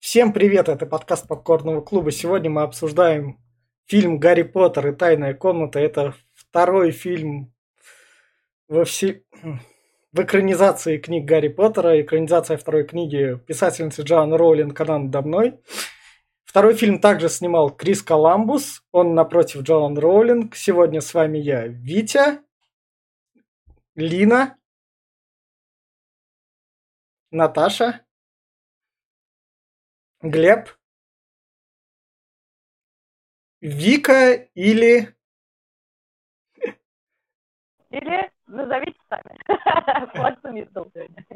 Всем привет, это подкаст Попкорного клуба. Сегодня мы обсуждаем фильм «Гарри Поттер и тайная комната». Это второй фильм во все... в экранизации книг Гарри Поттера, экранизация второй книги писательницы Джоан Роулинг «Она надо мной». Второй фильм также снимал Крис Коламбус, он напротив Джоан Роулинг. Сегодня с вами я, Витя, Лина, Наташа, Глеб, Вика или... Или назовите сами. Флаг совместил сегодня.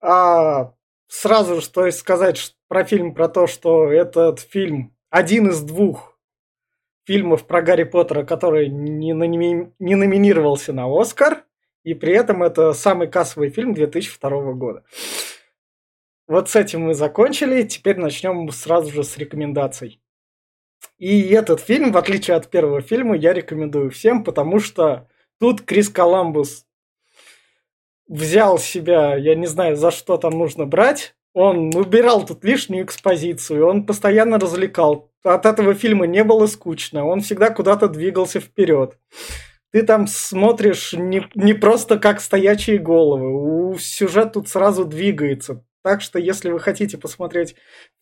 А, сразу же стоит сказать ш- про фильм, про то, что этот фильм один из двух фильмов про Гарри Поттера, который не, номи- не номинировался на Оскар, и при этом это самый кассовый фильм 2002 года. Вот с этим мы закончили, теперь начнем сразу же с рекомендаций. И этот фильм, в отличие от первого фильма, я рекомендую всем, потому что тут Крис Коламбус взял себя, я не знаю, за что там нужно брать. Он убирал тут лишнюю экспозицию, он постоянно развлекал. От этого фильма не было скучно, он всегда куда-то двигался вперед. Ты там смотришь не, не просто как стоячие головы, у сюжет тут сразу двигается. Так что, если вы хотите посмотреть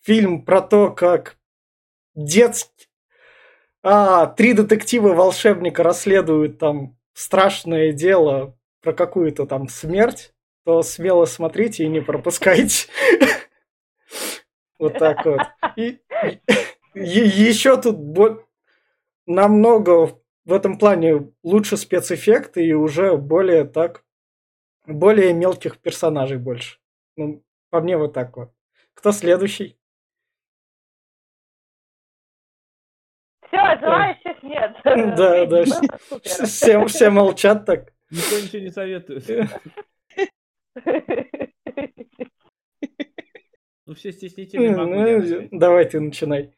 фильм про то, как детский... А, три детектива-волшебника расследуют там страшное дело про какую-то там смерть, то смело смотрите и не пропускайте. Вот так вот. И еще тут бо- намного в этом плане лучше спецэффекты и уже более так более мелких персонажей больше. Ну, по мне вот так вот. Кто следующий? Все, желающих нет. Да, да. Было Все, супер. все- все молчат так. Никто ничего не советует. Ну, все стеснительные могу я Ну, начать. Давай ты начинай.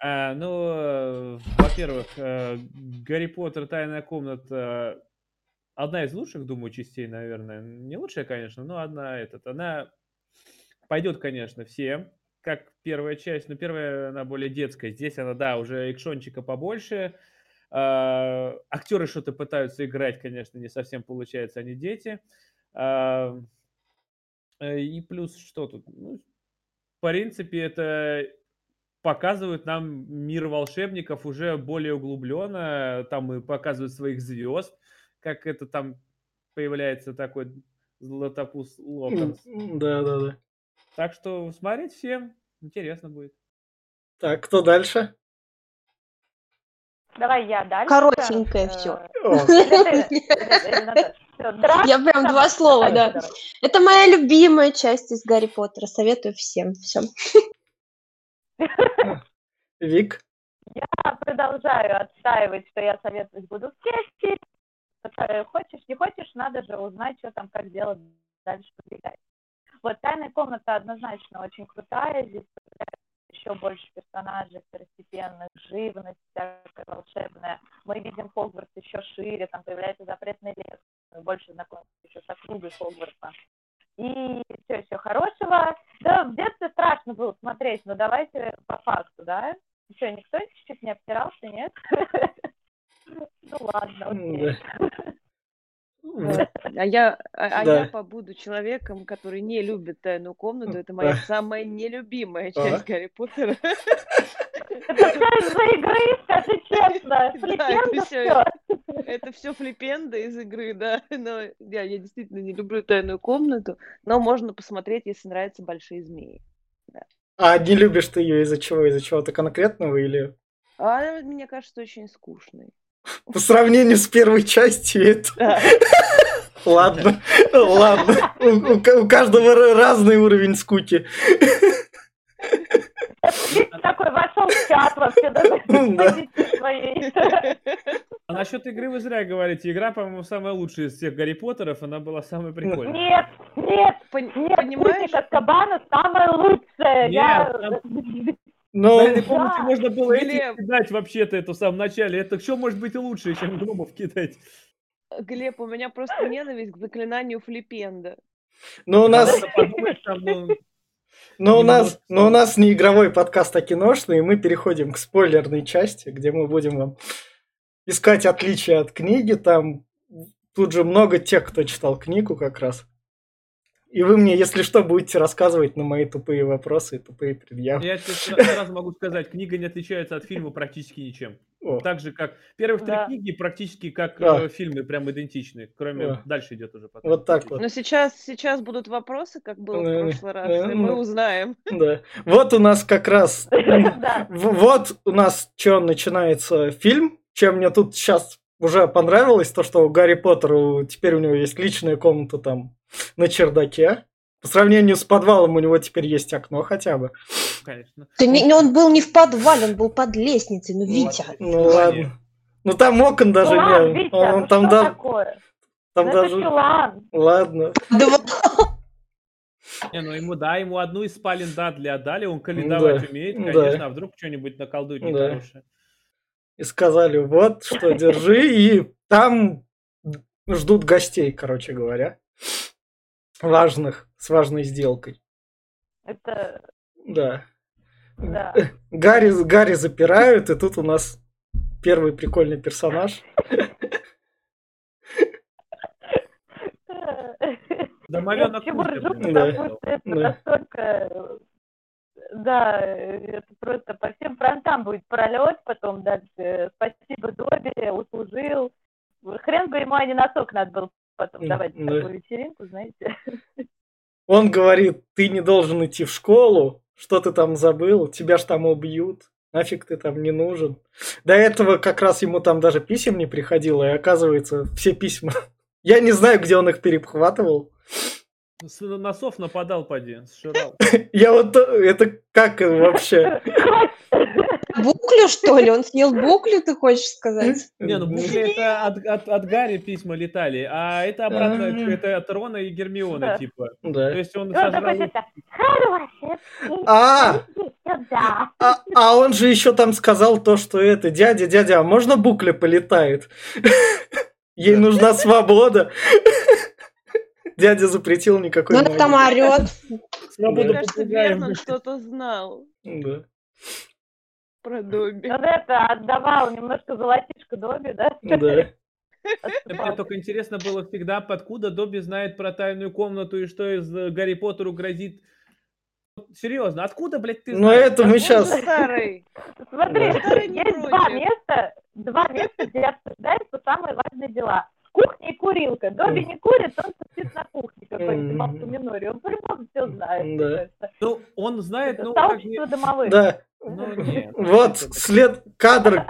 А, ну, э, во-первых, э, Гарри Поттер, Тайная комната одна из лучших, думаю, частей, наверное. Не лучшая, конечно, но одна этот. Она пойдет, конечно, всем, как первая часть, но первая она более детская. Здесь она, да, уже экшончика побольше. А, Актеры что-то пытаются играть, конечно, не совсем получается, они дети. А, э, И плюс что тут? Ну, в принципе, это показывают нам мир волшебников уже более углубленно. Там и показывают своих звезд, как это там появляется такой Златопуст Локонс. Да, да, да. Так что смотреть всем интересно будет. Так, кто дальше? Давай я дальше. Коротенькое всё. Э, О, или ты, или Наташа. Всё, Драк, Я прям два слова, Наташа, да. давай. Это моя любимая часть из Гарри Поттера. Советую всем. Все. Вик. Я продолжаю отстаивать, что я советовать буду все фильмы, которые хочешь, не хочешь, надо же узнать, что там, как делать дальше продвигать. Вот «Тайная комната» однозначно очень крутая, здесь еще больше персонажей второстепенных, живность всякая волшебная. Мы видим Хогвартс еще шире, там появляется запретный лес, мы больше знакомимся еще с округой Хогвартса. И все еще хорошего. Да, в детстве страшно было смотреть, но давайте по факту, да? Еще никто чуть-чуть не обтирался, нет? Ну ладно, окей. Да. А я, а, а Да. я побуду человеком, который не любит тайную комнату. Да. Это моя самая нелюбимая Да. часть Гарри Поттера. Это все из-за игры, скажи честно. Да, Легенда это всё все. Это все флипенда из игры, да. Но я, я действительно не люблю тайную комнату, но можно посмотреть, если нравятся большие змеи. А не любишь ты ее из-за чего? Из-за чего-то конкретного или А она, мне кажется, очень скучной. по сравнению с первой частью это? Да. Ладно, ладно. У, у ка- у каждого ра- разный уровень скуки. Такой вошел в чат вообще даже с Да. позиции своей. А насчет игры вы зря говорите. Игра, по-моему, самая лучшая из всех Гарри Поттеров. Она была самая прикольная. Нет, нет, Пон- нет, Понимаешь? Путник Кабана самое лучшее. Я- Нет, В Но «Тайной комнате» да. можно было эти Глеб. кидать вообще-то это в самом начале. Это что может быть и лучше, чем гномов кидать? Глеб, у меня просто ненависть к заклинанию флипенда. но у нас Надо подумать, там, ну, Но у Не нас, могу. но у нас не игровой подкаст, а киношный, и мы переходим к спойлерной части, где мы будем вам искать отличия от книги. Там тут же много тех, кто читал книгу как раз. И вы мне, если что, будете рассказывать на мои тупые вопросы и тупые предъявы. Я тебе сра- сразу могу сказать, книга не отличается от фильма практически ничем. О, Так же, как первых три Да. книги практически как Да. э, фильмы, прям идентичны. Кроме Да. дальше идет уже потом. Вот так вот. Но сейчас, сейчас будут вопросы, как было в Э, прошлый раз, э, и мы ну. узнаем. Да. Вот у нас как раз... Да. В- Вот у нас чем начинается фильм, чем мне тут сейчас уже понравилось, то, что у Гарри Поттеру теперь у него есть личная комната там на чердаке. По сравнению с подвалом у него теперь есть окно хотя бы. Конечно. Да не, не, он был не в подвале, он был под лестницей, ну, Витя. Ну ладно. Ну там окон даже Чулан, не... Витя, Он ну там, что да- такое? там Ну это даже... чулан. Ладно. Два- Не, ну ему да, ему одну из спален да для дали, он календовать Да. Ну умеет, Да. Ну конечно, а вдруг что-нибудь наколдует Да. нехорошее. И сказали, вот, что, держи. И там ждут гостей, короче говоря. Важных, с важной сделкой. Это, Да. да. Гарри, Гарри запирают, и тут у нас первый прикольный персонаж. Домовенок Тимур Кузя, Жуков, а блин, Да. потому что это Да. настолько... э, Да, э, это просто по всем фронтам будет пролет, потом дальше спасибо Добби, услужил. Хрен бы ему, а не носок надо было потом М, ну давать да. на такую вечеринку, знаете. Он говорит, ты не должен идти в школу, что ты там забыл, тебя ж там убьют, нафиг ты там не нужен. До этого как раз ему там даже писем не приходило, и оказывается, все письма... Я не знаю, где он их перехватывал. С носов нападал, поди, сширал. Я вот... то- Это как вообще? Буклю, что ли? Он съел буклю, ты хочешь сказать? Не, ну букли это от, от, от Гарри письма летали, а это обратно, Ага. это от Рона и Гермионы, Да. типа. То Да. есть он И он такой, сожрал... типа, хороший, А, иди сюда. а, а он же еще там сказал то, что это дядя, дядя, а можно букля полетает? Ей нужна свобода. Дядя запретил никакой Ну, она там магии. орет. свободу Мне Да. кажется, попугаев Вернон вышли. что-то знал Да. про Добби. Вот это отдавал немножко золотишко Добби, да? Да. Мне только интересно было всегда, откуда Добби знает про тайную комнату и что из э, Гарри Поттеру грозит. Вот Серьезно, откуда, блядь, ты Но знаешь? а это мы Он же сейчас... старый. Смотри, Да. Второй не есть два против. места, два места, где обсуждаются самые важные дела. Кухня и курилка. Добби не курит, он сидит на кухне какой-нибудь Мгм. малку миноре. Он по-любому все знает. мне Да. кажется. Ну, он знает, Это ну, как сообщество не... домовых. Да. Ну, нет. Вот Это- след кадр.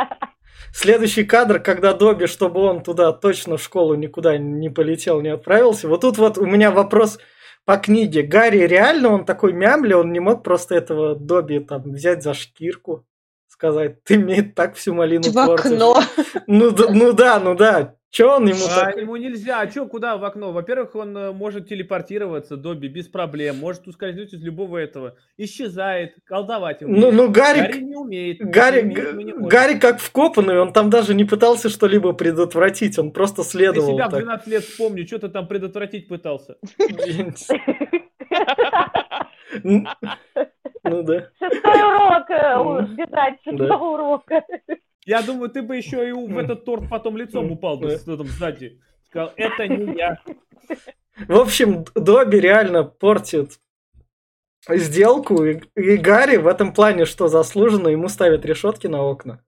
Следующий кадр, когда Добби, чтобы он туда точно в школу никуда не полетел, не отправился. Вот тут вот у меня вопрос по книге. Гарри реально он такой мямли, он не мог просто этого Добби там взять за шкирку, сказать, ты мне и так всю малину В окно. портишь». Ну, да- ну да, ну да. Че он ему А, ну, так? ему нельзя. А что, куда в окно? Во-первых, он э, может телепортироваться, Добби, без проблем. Может ускользнуть из любого этого. Исчезает, колдовать умеет. Ну, ну Гарри, Гарри не умеет. Гарри, Не умеет, но не может. Гарри как вкопанный, он там даже не пытался что-либо предотвратить, он просто Ты следовал. себя в так. 12 лет вспомни, что ты там предотвратить пытался. Н- Ну да. Шестой урок э, у- Мгм. бежать, шестого урока. Я думаю, ты бы еще и у- в этот торт потом лицом упал бы Да. с- там сзади. Сказал, это не я. В общем, Д- Добби реально портит сделку, и, и Гарри в этом плане, что заслуженно, ему ставят решетки на окна.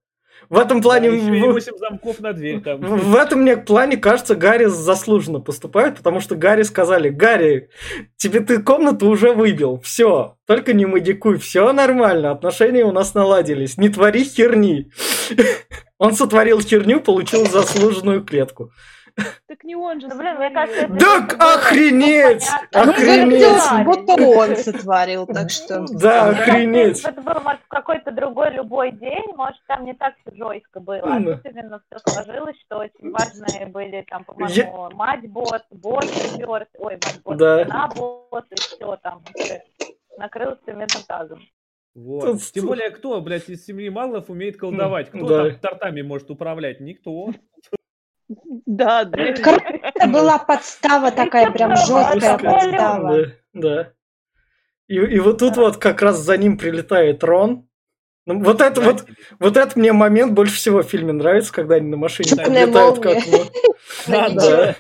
В этом плане... Еще и в- 8 замков на дверь там. В этом мне плане кажется, Гарри заслуженно поступает, потому что Гарри сказали, Гарри, тебе ты комнату уже выбил, все, только не мадикуй, все нормально, отношения у нас наладились, не твори херни. Он сотворил херню, получил заслуженную клетку. Так не он же Ну, блин, мне кажется, сотворил. это Так было охренеть! понятно. Ну, Охренеть! как будто он сотворил, так что... Да, охренеть! Если бы это было, может, в какой-то другой любой день, может, там не так все жестко было. А Ну. тут именно все сложилось, что очень важные были, там, по-моему, Я- мать-босс, босс черт, ой, мать-босс, Да. жена-босс, и все там. уже Накрылся медным тазом. Вот. Тут- Тем более, кто, блядь, из семьи Маллов умеет колдовать? Кто Да. там тортами может управлять? Никто. Да, да. Короче, это была подстава такая прям жесткая Жестко. подстава. Да, да. И, и вот тут вот как раз за ним прилетает Рон. Ну, вот это вот, вот это мне момент больше всего в фильме нравится, когда они на машине Чёрная прилетают молния. как ну, Да, Ничего. да.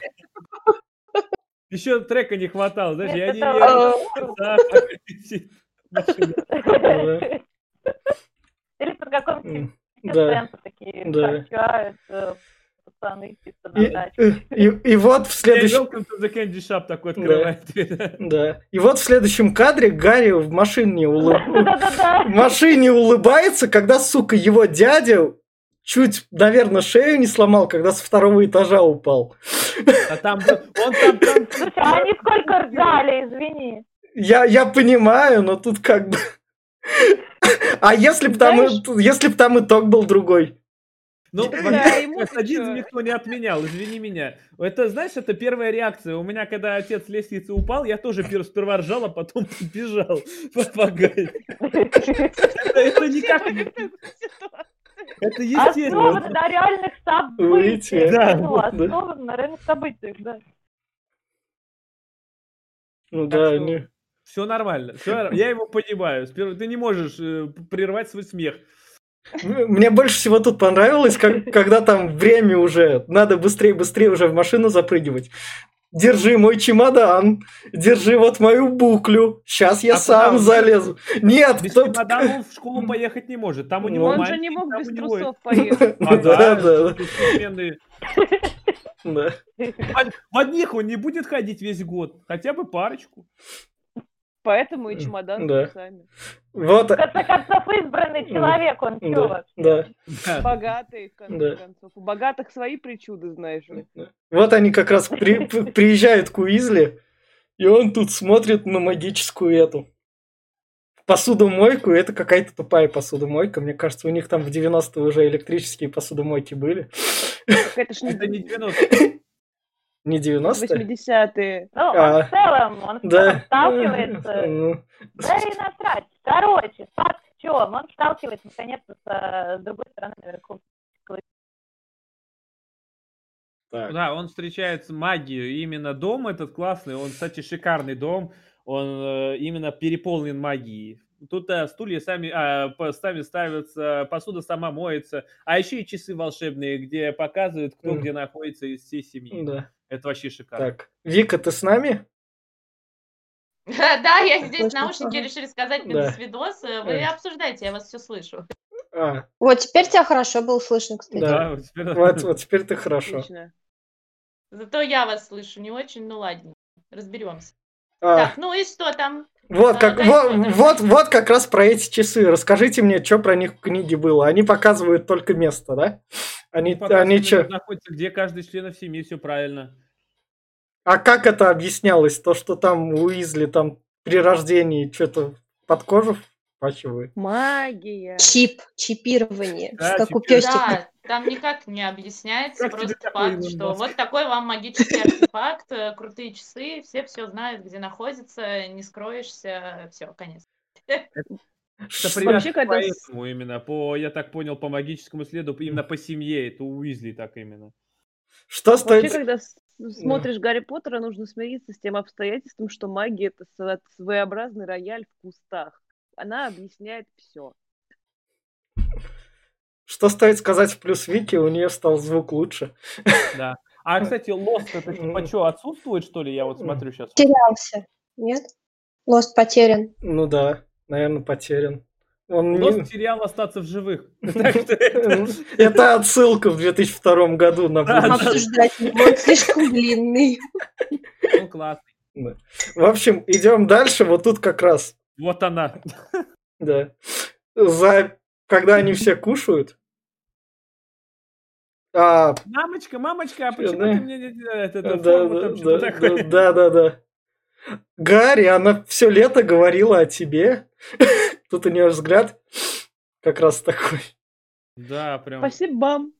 Еще трека не хватало, знаешь, Нет, я не это- верю. Да, летит машина. Да. Или под каком-нибудь М, да. акцентом такие Да. качают э, пацаны чисто на И, даче. э, и- и вот в Я следующем... Welcome to the Candy Shop такой Да. открывает дверь. да. Да. И вот в следующем кадре Гарри в машине, улы- в Да-да-да. машине улыбается, когда, сука, его дядя чуть, наверное, шею не сломал, когда со второго этажа упал. А там был- он там, там Слушай, а они сколько ржали, извини. Я, я понимаю, но тут как бы... А если бы там, и- если б там итог был другой? Ну, Да, во-первых, ему ты садизм чё? никто не отменял, извини меня. Это, знаешь, это первая реакция. У меня, когда отец с лестницы упал, я тоже пер- сперва ржал, а потом побежал. Попугай. Это, это никак... не- А Основано Это естественно. на реальных событиях. Да, Ну, вот, да. основано на реальных событиях, да. Ну Так да, что- не- Все нормально. всё нор- Я его понимаю. Сперва ты не можешь э, прервать свой смех. М- Мне больше всего тут понравилось, как- когда там время уже, надо быстрее, быстрее уже в машину запрыгивать. Держи мой чемодан, держи вот мою буклю, сейчас я А сам куда он? залезу. Нет, Без кто- чемодана он в школу поехать не может. Там у него Он же мальчик, не мог там без у него- трусов поехать. А, Да, да, да. современные. да. В одних он не будет ходить весь год. Хотя бы парочку. Поэтому и чемодан Да. с трусами. Вот, В конце концов, избранный человек, он чё да, вообще? да. Богатые, в Да. конце концов. У богатых свои причуды, знаешь ли. Вот они как раз при- при- приезжают к Уизли, и он тут смотрит на магическую эту посудомойку, и это какая-то тупая посудомойка. Мне кажется, у них там в 90-е уже электрические посудомойки были. Так это ж не Это не 90 Не 90-е? 80-е. Ну, он А. в целом, он в целом Да. сталкивается. Ну, Да и насрать. Короче, факт в чем? Он сталкивается наконец-то с, э, с другой стороны наверху. так. Да, он встречает магию. И Именно дом этот классный. Он, кстати, шикарный дом. Он э, именно переполнен магией. Тут э, стулья сами, а, по- сами ставятся, посуда сама моется. А еще и часы волшебные, где показывают, кто Мгм. где находится из всей семьи. Да. Это вообще шикарно. Так. Вика, ты с нами? Да, я здесь Слышно, наушники слышно. решили сказать мне Да. до свидос. Вы Э. обсуждаете, я вас все слышу. А, Вот теперь тебя хорошо было слышно, кстати. Да. вот теперь- вот, вот теперь ты хорошо. Отлично. Зато я вас слышу не очень, ну ладно. Разберемся. А, Так, ну и что там? вот, как, да, во- да. вот, вот как раз про эти часы. Расскажите мне, что про них в книге было. Они показывают только место, да? Они, И Ну, показывают, они чё- где находится, где каждый из членов семьи, все правильно. А как это объяснялось? То, что там Уизли там при рождении что-то под кожу впачивает? Магия. Чип, чипирование, Да, как у чипирование. пёстика. Да, там никак не объясняется, Как тебе просто такой факт, Илон что Маск? вот такой вам магический артефакт, э, крутые часы, все все знают, где находится, не скроешься, все, конец. Это Ш- привязка Вообще, когда по с- этому именно, по, я так понял, по магическому следу, именно по семье, это у Уизли так именно. Что Вообще, стоит? когда с- смотришь Гарри Поттера, нужно смириться с тем обстоятельством, что магия это со- своеобразный рояль в кустах. Она объясняет все. Что стоит сказать в плюс Вики? У нее стал звук лучше. Да. А, кстати, Лост это типа что, отсутствует, что ли? Я вот смотрю сейчас. Терялся, нет? Лост потерян. Ну да, наверное, потерян. Он не- Ну, Лост сериал «Остаться в живых». Ну, Так что это- Это отсылка в 2002 году на Да, будущее. Обсуждать не буду, он слишком длинный. он классный. В общем, идем дальше. Вот тут как раз, Вот она. да. За... Когда они все кушают. А, Мамочка, мамочка, а Чё, почему да? ты мне не это, это, да, форму да, там, что-то да, такое? да, да, да. Гарри, она все лето говорила о тебе. Тут у нее взгляд как раз такой. Да, прям. Спасибо вам.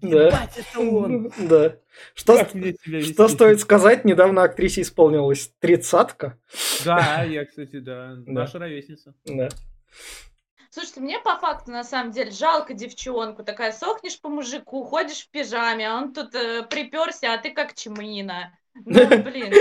Да. Ебать, это он. Да. Что, Как мне тебя что вести? стоит сказать, недавно актрисе исполнилось тридцатка. Да, я, кстати, да. Да. Наша ровесница. Да. Слушайте, мне по факту на самом деле жалко девчонку. Такая сохнешь по мужику, ходишь э, в пижаме, а он тут приперся, а ты как чмынина. Ну, блин.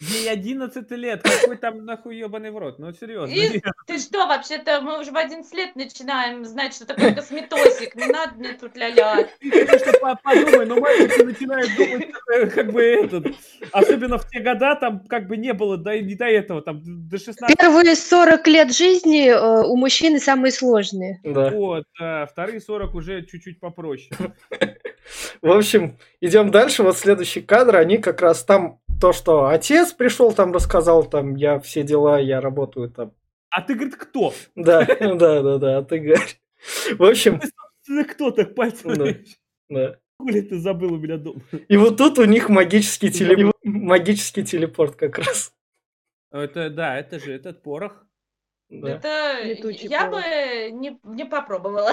Ей 11 лет, какой там нахуй ебаный в рот, ну серьезно. И- Ты что, вообще-то мы уже в 11 лет начинаем знать, что такое косметосик. Не надо мне тут ля-ля. Ты, конечно, по- подумай, ну, но мальчики начинают думать, э, как бы этот, особенно в те года там как бы не было до, не до этого, там до 16 Первые 40 лет жизни э, у мужчины самые сложные. Да. Вот, да, э, вторые 40 уже чуть-чуть попроще. В общем, идем дальше. Вот следующий кадр, они как раз там то, что отец пришел, там рассказал, там я все дела, я работаю там. А ты, говорит, кто? Да, да, да, да, а ты Гарри. В общем, Ты кто так пальцем? Ну Да. тычешь? да. Хули ты забыл у меня дома? И вот тут у них магический, теле- магический телепорт как раз. Это, да, это же этот порох. Да. Это Летучий я порох. бы не, не попробовала.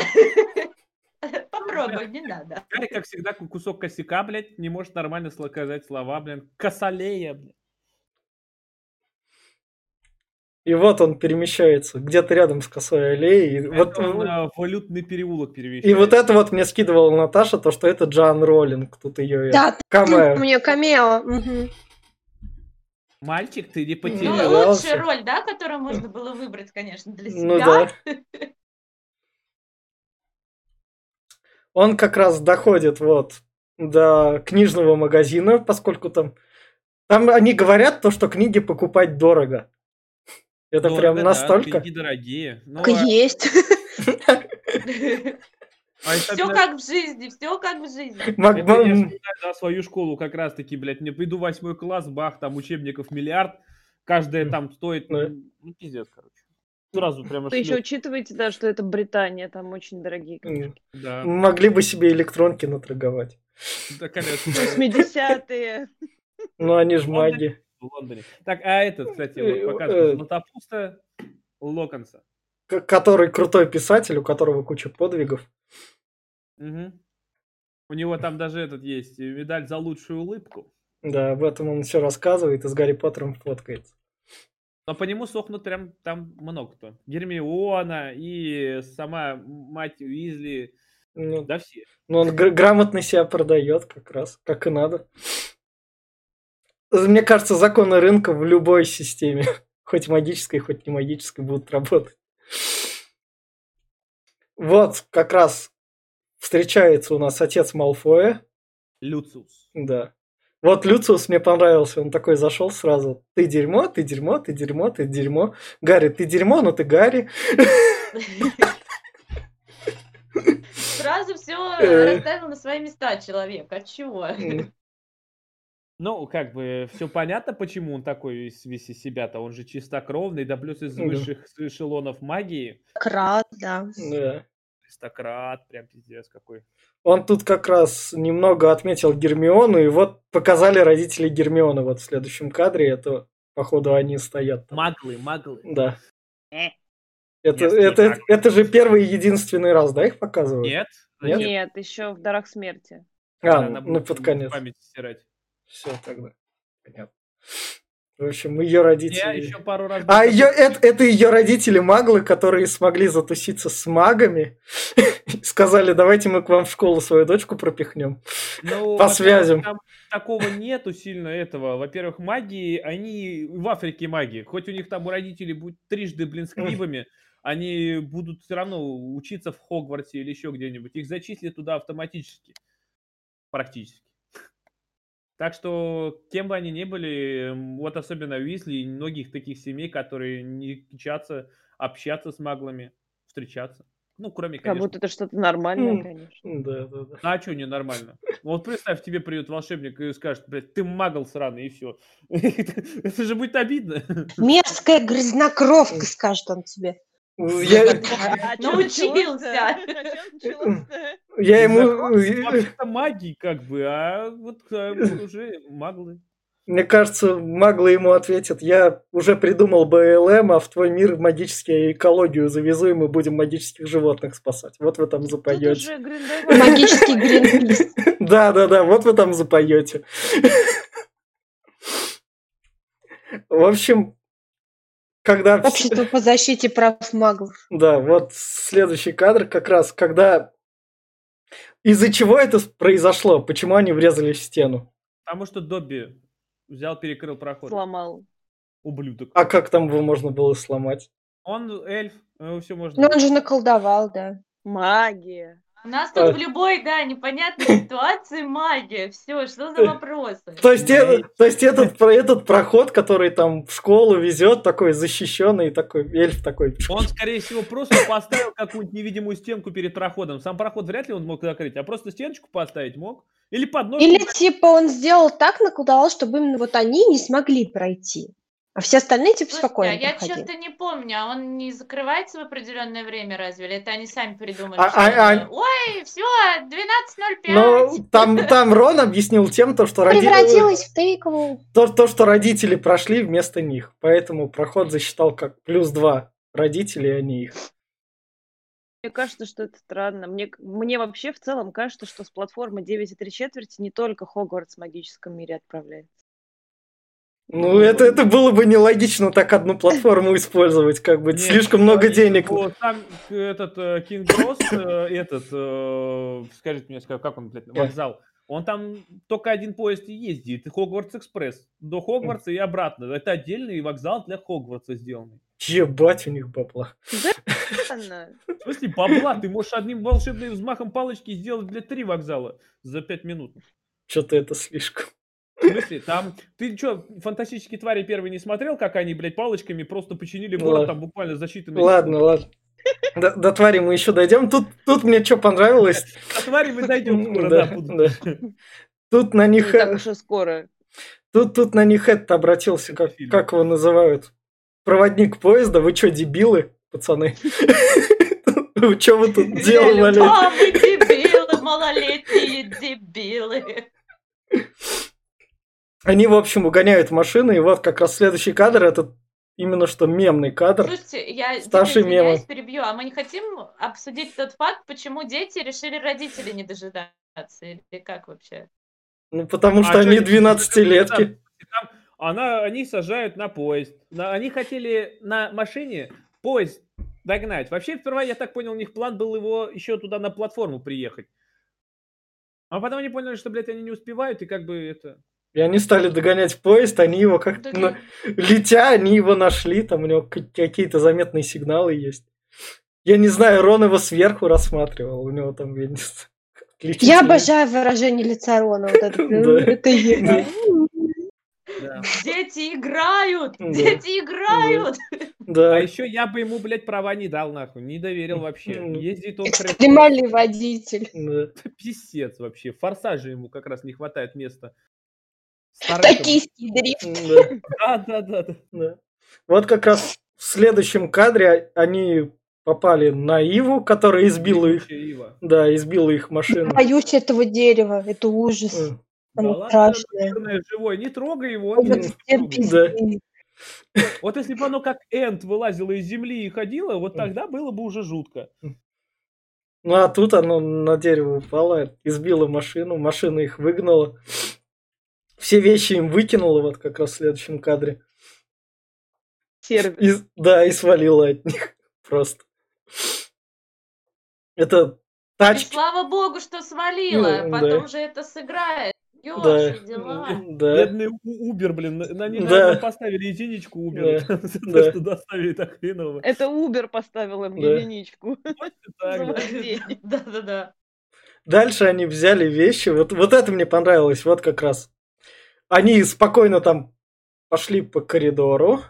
Попробуй, не надо. Гарри, как всегда, ку- кусок косяка, блядь, не может нормально сло- сказать слова, блин. Косолея, блядь. И вот он перемещается где-то рядом с косой аллеей. И вот, Это он, а, валютный и переулок перемещается. вот это вот мне скидывала Наташа, то, что это Джан Роллинг. Тут ее Да, камео. у меня камео. мгм. Мальчик, ты не Ну, потерял. Потерялся. лучшая роль, да, которую можно было выбрать, конечно, для себя. Ну да. Он как раз доходит вот до книжного магазина, поскольку там... Там они говорят то, что книги покупать дорого. Это Дорого, прям да, настолько... книги дорогие. Ну, Так и а- есть. а это, Все блядь, как в жизни, все как в жизни. Мак- Это я м, вспоминаю, да, свою школу как раз-таки, блядь, мне приду восьмой класс, бах, там учебников миллиард, каждая там стоит, Да. ну, ну, пиздец, короче. Сразу прямо Вы еще шлёп. учитываете, да, что это Британия, там очень дорогие книжки. Да, могли бы себе электронки наторговать. да, конечно, да, 80-е. Но они же Он маги. в Лондоне. Так, а этот, кстати, Э, вот э. показывает Златопуста Локонса. К- Который крутой писатель, у которого куча подвигов. Мгм. У него там даже этот есть, э, медаль за лучшую улыбку. Да, об этом он все рассказывает и с Гарри Поттером фоткается. Но по нему сохнут прям там много кто. Гермиона и сама мать Уизли, Ну, да все. Ну, он гр- грамотно себя продает как раз, как и надо. Мне кажется, законы рынка в любой системе, хоть магической, хоть не магической, будут работать. Вот, как раз встречается у нас отец Малфоя, Люциус. да. Вот Люциус мне понравился, он такой зашел сразу. Ты дерьмо, ты дерьмо, ты дерьмо, ты дерьмо. Гарри, ты дерьмо, но ты Гарри. Сразу все Э. расставил на свои места человек. От чего? М, Ну, как бы, все понятно, почему он такой весь, весь из себя-то. Он же чистокровный, да плюс из Ну Да. высших с эшелонов магии. Крат, да. Да. Аристократ, прям пиздец какой. Он тут как раз немного отметил Гермиону, и вот показали родители Гермионы вот в следующем кадре. Это, походу, они стоят там. Маглы, маглы. Да. Э. Это, Нет, не это, так. это же первый и единственный раз, да, их показывают? Нет? Нет? Зачем? Нет, еще в дарах смерти. А, Она ну будет под конец. Память стирать. Все тогда. Понятно. В общем, ее родители... Я еще пару раз... А был ее, это, это ее родители маглы, которые смогли затуситься с магами. Сказали, давайте мы к вам в школу свою дочку пропихнем. Ну, По во-первых, связям. Там такого нету сильно этого. Во-первых, магии, они в Африке маги. Хоть у них там у родителей будет трижды, блин, с книбами, они будут все равно учиться в Хогвартсе или еще где-нибудь. Их зачислят туда автоматически. Практически. Так что, кем бы они ни были, м, вот особенно Уизли и многих таких семей, которые не кичатся общаться с маглами, встречаться. Ну, кроме, Как конечно, будто это что-то нормальное, М. конечно. Да, да, да. ну, а что ненормально? Ну, Вот представь, тебе придет волшебник и скажет, блядь, ты магл сраный, и все. Это же будет обидно. Мерзкая грязнокровка, скажет он тебе. Я- А чё Научился. началось-то? А чё началось-то? Я Знакомство ему... э, Вообще-то магии, как бы, а вот э, вот уже маглы. Мне кажется, маглы ему ответят, я уже придумал БЛМ, а в твой мир магическую экологию завезу, и мы будем магических животных спасать. Вот вы там Тут запоете. уже Гриндевальд. Магический гринпис. Да-да-да, вот вы там запоете. В общем, когда... вс- Общество по защите прав магов. Да, вот следующий кадр как раз, когда... Из-за чего это произошло? Почему они врезались в стену? Потому что Добби взял, перекрыл проход. сломал. Ублюдок. А как там его можно было сломать? Он эльф, все можно. Ну, он же наколдовал, да. Магия. У нас Э. тут в любой, да, непонятной ситуации магия. Все, что Э. за вопросы? То есть, Да э- и- то есть этот, про- этот проход, который там в школу везет, такой защищенный, такой эльф такой. Он, скорее всего, просто поставил какую-нибудь невидимую стенку перед проходом. Сам проход вряд ли он мог закрыть, а просто стеночку поставить мог. Или подножку. Или типа он сделал так, наколдовал, чтобы именно вот они не смогли пройти. А все остальные типа Слушайте, спокойно а я проходили. честно не помню, а он не закрывается в определенное время разве? Или это они сами придумали? А- что а- а- это? Ой, все, 12.05. Но там, там Рон объяснил тем, то, что, роди- Превратилась в тыкву. то, то, что родители прошли вместо них. Поэтому проход засчитал как плюс два родителей, а не их. Мне кажется, что это странно. Мне, к- мне вообще в целом кажется, что с платформы 9,3 четверти не только Хогвартс в магическом мире отправляется. Ну, это, это было бы нелогично так одну платформу использовать, как бы Нет, слишком много они- денег. ну, вот там э, этот э, Кинг Росс, э, этот, э, скажите мне, ска- как он, блядь, Э. вокзал, он там только один поезд и ездит, Хогвартс Экспресс, до Хогвартса и обратно. Это отдельный вокзал для Хогвартса сделанный. Ебать у них бабла. Странно. В смысле, бабла, ты можешь одним волшебным взмахом палочки сделать для три вокзала за пять минут. Что-то это слишком. В смысле, там... Ты что, «Фантастические твари» первый не смотрел, как они, блядь, палочками просто починили город Ладно. там буквально за считанные... Ладно, ладно. До, до твари мы еще дойдем. Тут, тут мне что понравилось. А твари мы дойдем скоро, Ну Да, да, буду. да. Тут на Не них Ну, э, так уж и скоро. тут, тут на них это обратился, Это как, фильм. как его называют. Проводник поезда, вы что, дебилы, пацаны? Вы что вы тут делали? А, вы дебилы, малолетние дебилы. Они, в общем, угоняют машины, и вот как раз следующий кадр, это именно что мемный кадр. Слушайте, я дико Старший извиняюсь, мемы. перебью, а мы не хотим обсудить тот факт, почему дети решили родителей не дожидаться? Или как вообще? Ну, потому А что чё, они это- 12-летки. Там она, они сажают на поезд. На- они хотели на машине поезд догнать. Вообще, сперва, я так понял, у них план был его еще туда на платформу приехать. А потом они поняли, что, блядь, они не успевают, и как бы это... И они стали догонять поезд, они его как-то... Да на- Летя, они его нашли, там у него ка- какие-то заметные сигналы есть. Я не знаю, Рон его сверху рассматривал, у него там, я не знаю, отличительные- Я обожаю выражение лица Рона. Вот это, «Ну, Да. это я». да. Дети играют! Да. Дети играют! А Да, еще я бы ему, блядь, права не дал, нахуй. Не доверил вообще. Ну. Ездит он хрен Экстремальный водитель. да. писец вообще. Форсажа ему как раз не хватает места. Токийский дрифт. да, Да, да, да, да. да. Вот как раз в следующем кадре они попали на Иву, которая избила их. Ебучая ива. Да, избила их машину. Боюсь этого дерева. Это Э, ужас. Да Оно ладно, страшное. наверное, живой. Не трогай его. Ой, не вот м, все трогай. Да. пизды. Вот если бы оно как Энт вылазило из земли и ходило, вот тогда было бы уже жутко. Ну а тут оно на дерево упало, избило машину, машина их выгнала. Все вещи им выкинула, вот как раз в следующем кадре. Сервис. И, да, и свалила от них просто. Это И тачки. Ну, слава богу, что свалила, а Ну, потом да. же это сыграет. Ёж, Да. дела. Да. Бедный Убер, блин, на- на них Да. наверное, поставили единичку Убер за да. то, что доставили так хреново. Это Убер поставил им Да. единичку. Точно так же. Обалдеть. Да-да-да. Дальше они взяли вещи. Вот, вот это мне понравилось, вот как раз. Они спокойно там пошли по коридору.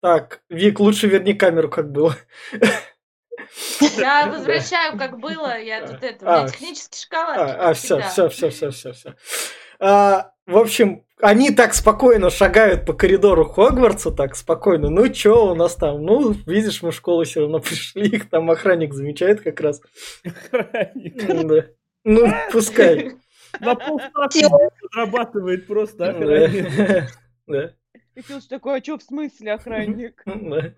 Так, Вик, лучше верни камеру, как было. Я возвращаю, как было, я тут это, у А, меня технический шоколад. А, как все, всегда. все, все, все, все, все. А, в общем, они так спокойно шагают по коридору Хогвартса, так спокойно. Ну, чё у нас там? Ну, видишь, мы в школу все равно пришли, их там охранник замечает как раз. Охранник. М, да. Ну, пускай. На полставки Всё. блин, подрабатывает просто охранник. Да. Да. И Филч такой, а что в смысле охранник? Да.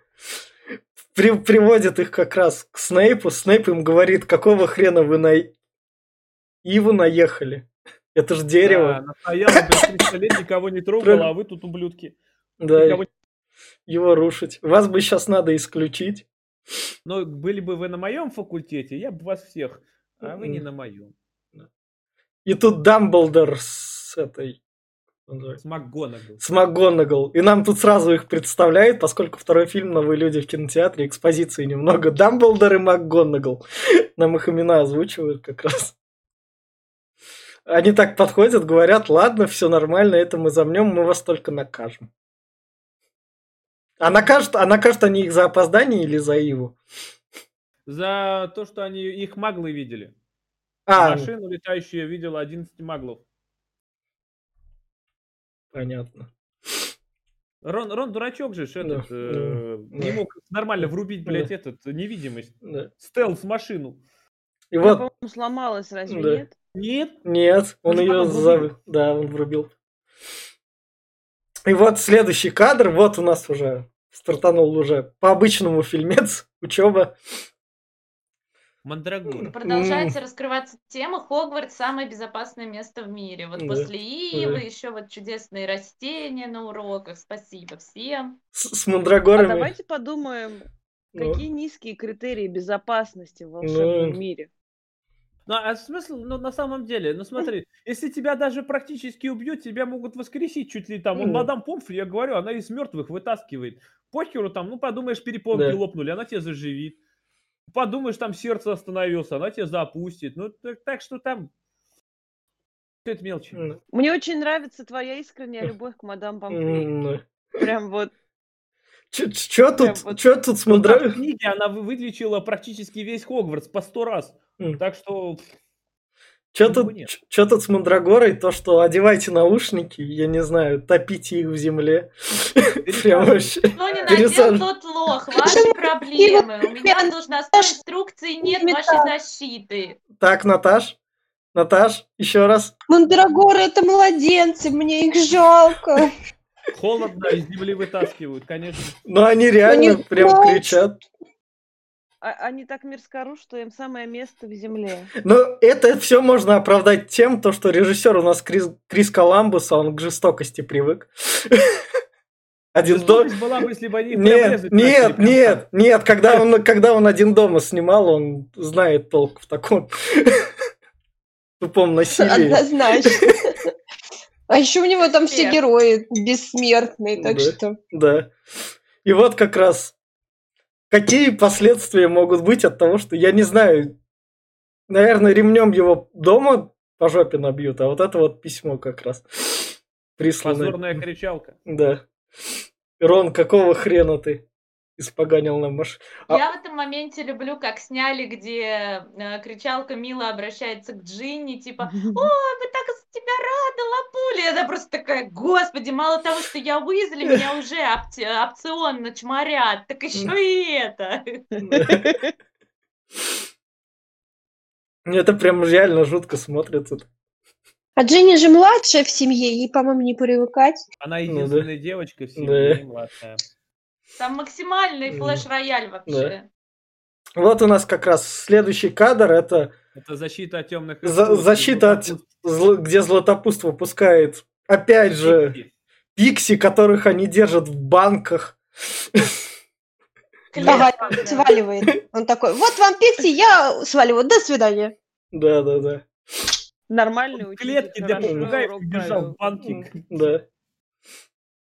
При- приводит их как раз к Снейпу. Снейп им говорит, какого хрена вы на Иву наехали? Это же Да, дерево. она стояла, блин, 300 лет, никого не трогала, а вы тут ублюдки. Да, никого не- его рушить. Вас бы сейчас надо исключить. Но были бы вы на моем факультете, я бы вас всех, а вы не Мгм. на моем. И тут Дамблдор с этой ну, С МакГонагал. С МакГонагал. И нам тут сразу их представляют, поскольку второй фильм «Новые люди в кинотеатре» экспозиции немного. Дамблдор и МакГонагал. Нам их имена озвучивают как раз. Они так подходят, говорят, ладно, все нормально, это мы замнем, мы вас только накажем. А накажут, а накажут они их за опоздание или за Иву? За то, что они их маглы видели. А, Машину летающую видел 11 маглов. понятно. Рон, Рон дурачок же, ж этот, Да, э, да, не да. мог нормально врубить, блядь, этот, невидимость, Да. стелс-машину. И Она, вот, по-моему, сломалась, разве Да. нет? Нет, нет, он Ну, ее она за... врубила. Да, он врубил. И вот следующий кадр, вот у нас уже стартанул уже по обычному фильмец, учеба. Мандрагора. Продолжается раскрываться тема Хогвартс самое безопасное место в мире. Вот Да, после Ивы да. еще вот чудесные растения на уроках. Спасибо всем. С, с А мандрагорами. давайте подумаем, Ну, какие низкие критерии безопасности в волшебном Ну. мире. Ну, а смысл, ну, на самом деле, ну, смотри, если тебя даже практически убьют, тебя могут воскресить чуть ли там. Вот Ну. мадам Помфри, я говорю, она из мертвых вытаскивает. Похеру там, ну, подумаешь, перепонки Да. лопнули, она тебя заживит. Подумаешь, там сердце остановилось, она тебя запустит. Ну, так, так что там... Все это мелочи. м, Мне очень нравится твоя искренняя любовь к мадам Помфри. м, да. Прям вот Чё- Чё Прям тут, вот- чё тут с Там в мандрагорами? книге она вы- вылечила практически весь Хогвартс по сто раз. М. Так что... пф, Че Почему тут, нет? чё- чё тут с Мандрагорой? То, что одевайте наушники, я не знаю, топите их в земле. Прям вообще. Кто Ну, не Пересаживай. надел, тот лох. Ваши проблемы. У меня Пересаживай. должна должностной инструкции нет вашей защиты. Так, Наташ, Наташ, еще раз. Мандрагоры это младенцы, мне их жалко. Холодно, из земли вытаскивают, конечно. Но Ну, они реально не прям плачь. кричат. а- они так мерзко орут, что им самое место в земле. Но это все можно оправдать тем, то, что режиссер у нас Крис, Крис Коламбус, а он к жестокости привык. Один до... Жестокость Ну, была бы, если бы они прям Нет, резать начали нет, прям нет, нет, когда он, когда он один дома снимал, он знает толк в таком тупом насилии. Однозначно. А еще у него там все Супер. герои бессмертные, так Да. что... Да. И вот как раз какие последствия могут быть от того, что я не знаю, наверное, ремнем его дома по жопе набьют, а вот это вот письмо как раз присланное. Позорная кричалка. Да. Рон, какого хрена ты испоганил нам маш... А- Я в этом моменте люблю, как сняли, где э, кричалка Мила обращается к Джинни, типа, «Ой, мы так за тебя рады, лапули!» Она просто такая, «Господи, мало того, что я Уизли, меня уже опти- опционно чморят, так еще и это!» Ну, Это прям реально жутко смотрится. А Дженни же младшая в семье, ей, по-моему, не привыкать. Она Ну да. единственная девочка в Да. семье, и младшая. Там максимальный Мгм. флеш-рояль вообще. Вот у нас как раз следующий кадр, это Это защита от темных... За- защита от- зл- где Златопуст выпускает, опять же, пикси, которых они держат в банках. Ага, Клево. сваливает. Он такой, вот вам пикси, я сваливаю, до свидания. Да, да, да. Нормальный В учитель. клетке для хорошо попугаев урок бежал в провел. банке. Да. А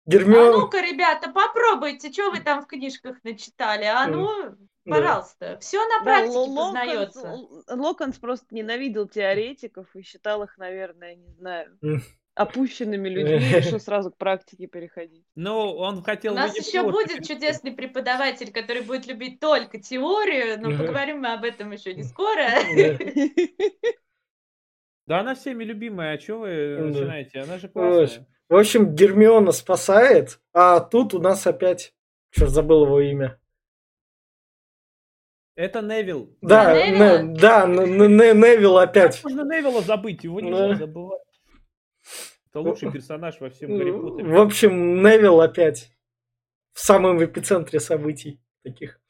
Гермиона. ну-ка, ребята, попробуйте, что вы там в книжках начитали, а ну... да. Пожалуйста, все на Да, практике Ло- Локонс, познается. Л- Локонс просто ненавидел теоретиков и считал их, наверное, не знаю, М. опущенными людьми, и решил сразу к практике переходить. Ну, он хотел... У нас Винни-Пуха еще будет перед- чудесный преподаватель, который будет любить только теорию, но Мгм. поговорим мы об этом еще не скоро. Да. Да она всеми любимая, а чего вы Да. начинаете? Она же Ой, классная. В общем, Гермиона спасает, а тут у нас опять... Черт, забыл его имя. Это Невил. Да, Невилла? Не- да, Н- Н- Н- Невилл опять. Можно Невилла забыть, его Да. Ну, нельзя забывать. Это лучший персонаж во всем Гарри Поттере. В общем, Невилл опять в самом эпицентре событий таких.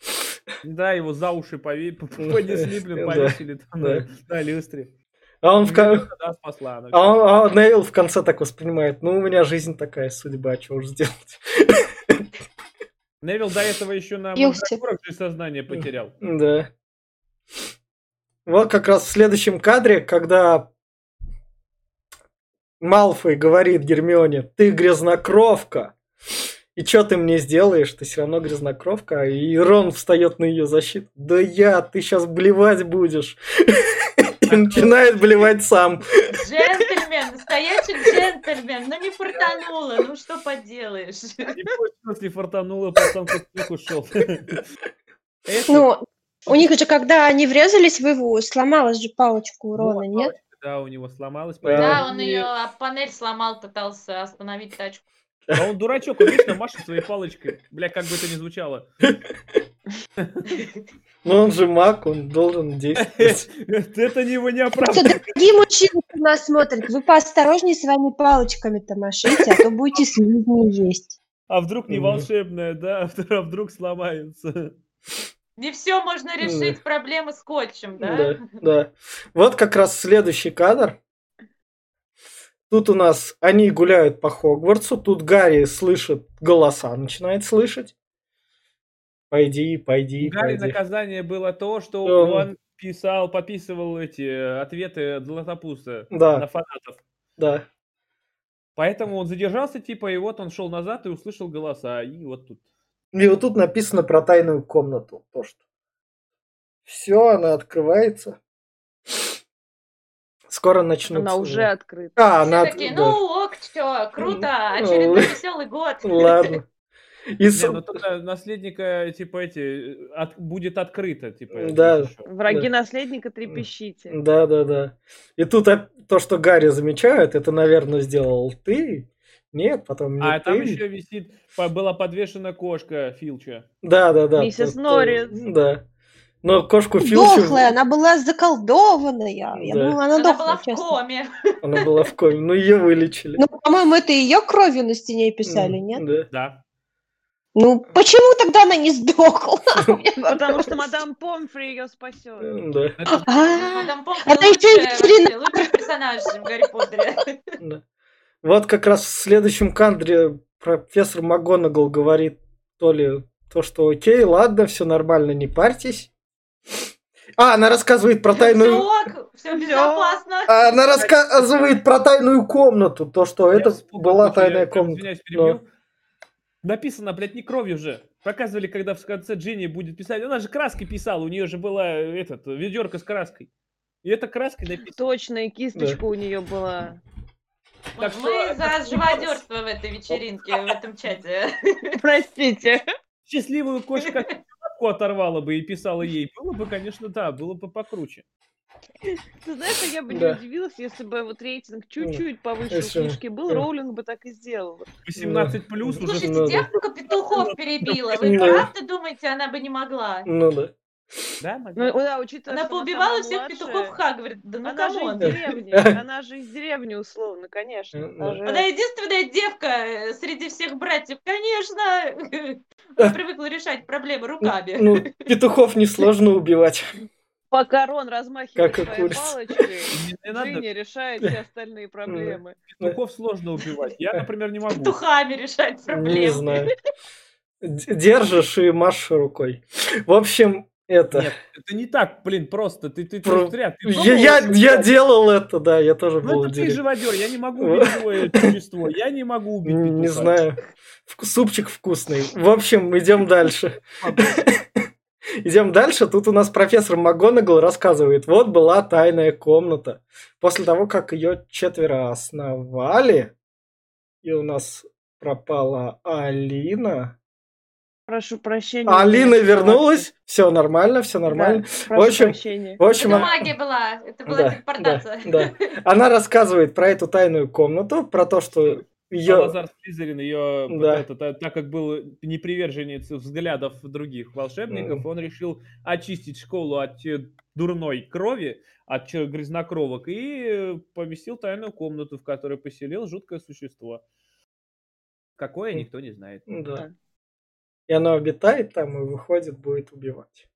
Да, его за уши пове- п- п- понесли, блин, Да. повесили там Да. на- на люстре. А он в, ко- Да, спасла она. А, он, а Невилл в конце так воспринимает. Ну, у меня жизнь такая, судьба, чего уж сделать. Невил до этого еще на Ёпте. Мандрагорах же сознание потерял. Да. Вот как раз в следующем кадре, когда Малфой говорит Гермионе, ты грязнокровка. И что ты мне сделаешь? Ты все равно грязнокровка. И Рон встает на ее защиту. Да я, ты сейчас блевать будешь. И начинает блевать сам. Джентльмен, настоящий джентльмен. Ну не фартануло, ну что поделаешь. Не получилось, не фартануло, потом как ушел. Эшли, Ну, у них же, когда они врезались в его, сломалась же палочка ну, у Рона, нет? палочка, Да, у него сломалась. Да, Да, он и- ее об панель сломал, пытался остановить тачку. А он дурачок, он вечно машет своей палочкой. Бля, как бы это ни звучало. Но он же маг, он должен действовать. Это не его не Что, оправдывает. дорогие мужчины, кто нас смотрит, вы поосторожнее своими палочками-то машите, а то будете слизни есть. А вдруг не Мгм. волшебная, да? А вдруг сломается. Не все можно решить, проблемы скотчем, да? да. Вот как раз следующий кадр. Тут у нас они гуляют по Хогвартсу, тут Гарри слышит голоса, начинает слышать. Пойди, пойди, Гарри пойди. наказание было то, что Да. он писал, подписывал эти э, ответы Златопуста на Да, фанатов. да. Поэтому он задержался, типа, и вот он шел назад и услышал голоса. И вот тут. И вот тут написано про тайную комнату. То, что... Все, она открывается. Скоро начнутся. Она уже открыта. А, Все она... от- такие, да. ну ок, чё, круто, очередной веселый год. Ну, Ладно. И с- Не, ну тут э, наследника, типа, эти, э, от- будет открыто, типа. Да. если что. Враги наследника трепещите. Да, да, да. И тут оп- то, что Гарри замечают, это, наверное, сделал ты. Нет, потом не А Ну, ты. там еще висит, по- была подвешена кошка Филча. Да, да, да. Миссис то- то- Норрис. Да. Но кошку Филчу... Дохлая, она была заколдованная. Я Ну, Да. думала, она, Она дохлая, была в честно. коме. Она была в коме, но ее вылечили. Ну, по-моему, это ее кровью на стене писали, М, нет? Да. Да. Ну, почему тогда она не сдохла? У меня Потому вопрос. что мадам Помфри ее спасет. М, Да. Это А, Мадам Помфри это ещё и лучшая ветеринар. вообще, Лучший персонаж в Гарри Поттере. Да. Вот как раз в следующем кадре профессор МакГонагал говорит то ли то, что окей, ладно, все нормально, не парьтесь. А, она рассказывает про Все тайную... ок, все безопасно. а, Она рассказывает про тайную комнату, то, что Я это вспомнил, была слушай, я, тайная прям комната. извиняюсь, перебью. Написано, блядь, не кровью же. Показывали, когда в конце Джинни будет писать. Она же краской писала, у нее же была э, этот, ведерко с краской. И это краской написано. Точно, и кисточка у нее была. Так что- Мы за живодерство в этой вечеринке, в этом чате. Простите. Счастливую кошку как шапку оторвала бы и писала ей. Было бы, конечно, да, было бы покруче. Ты знаешь, а я бы не Да. удивилась, если бы вот рейтинг чуть-чуть повыше у Если- книжки был, да. Роулинг бы так и сделала. 18 плюс уже. Слушай, Слушайте, надо. девка петухов перебила. Вы Да. правда думаете, она бы не могла? Ну да. Да, Ну, Марина? да, учитывая, Она что поубивала самая всех младшая, петухов Хагвард. Да ну Она же кому из он? деревни, она же из деревни, условно, конечно. Ну, Она да. же- Она единственная девка э, среди всех братьев. Конечно, она привыкла решать проблемы руками. Ну, петухов несложно убивать. Пока Рон размахивает Как и своей курица. палочкой, Не- не надо. Джинни решает все остальные проблемы. Петухов сложно убивать. Я, Э, например, не могу. Петухами решать Не проблемы. знаю. Д- Держишь и машешь рукой. В общем, это... Нет, это не так, блин, просто. Ты, ты, ты Про- зря. Ты Я, я, пробовал. я делал это, да, я тоже был Ну это ты директором. живодер, я не могу Вот. убить живое существо, я не могу убить Не, петуха. знаю. Вку- Супчик вкусный. В общем, идем дальше. Идем дальше. Тут у нас профессор МакГонагал рассказывает. Вот была тайная комната. После того, как ее четверо основали, и у нас пропала Алина. Прошу прощения. Алина я вернулась. Все нормально, все Ну, Да, нормально. прошу В общем, прощения. В общем, Это она... магия была. Это была Да, телепортация. да, Она рассказывает про эту тайную комнату, про то, что ее... Салазар Слизерин ее, Да. пытает- та- а, так как был неприверженец взглядов других волшебников, он решил очистить школу от э, дурной крови, от чё- грязнокровок, и э, поместил тайную комнату, в которой поселил жуткое существо. Какое, М. никто не знает. Да. Да. И она обитает там и выходит, будет убивать.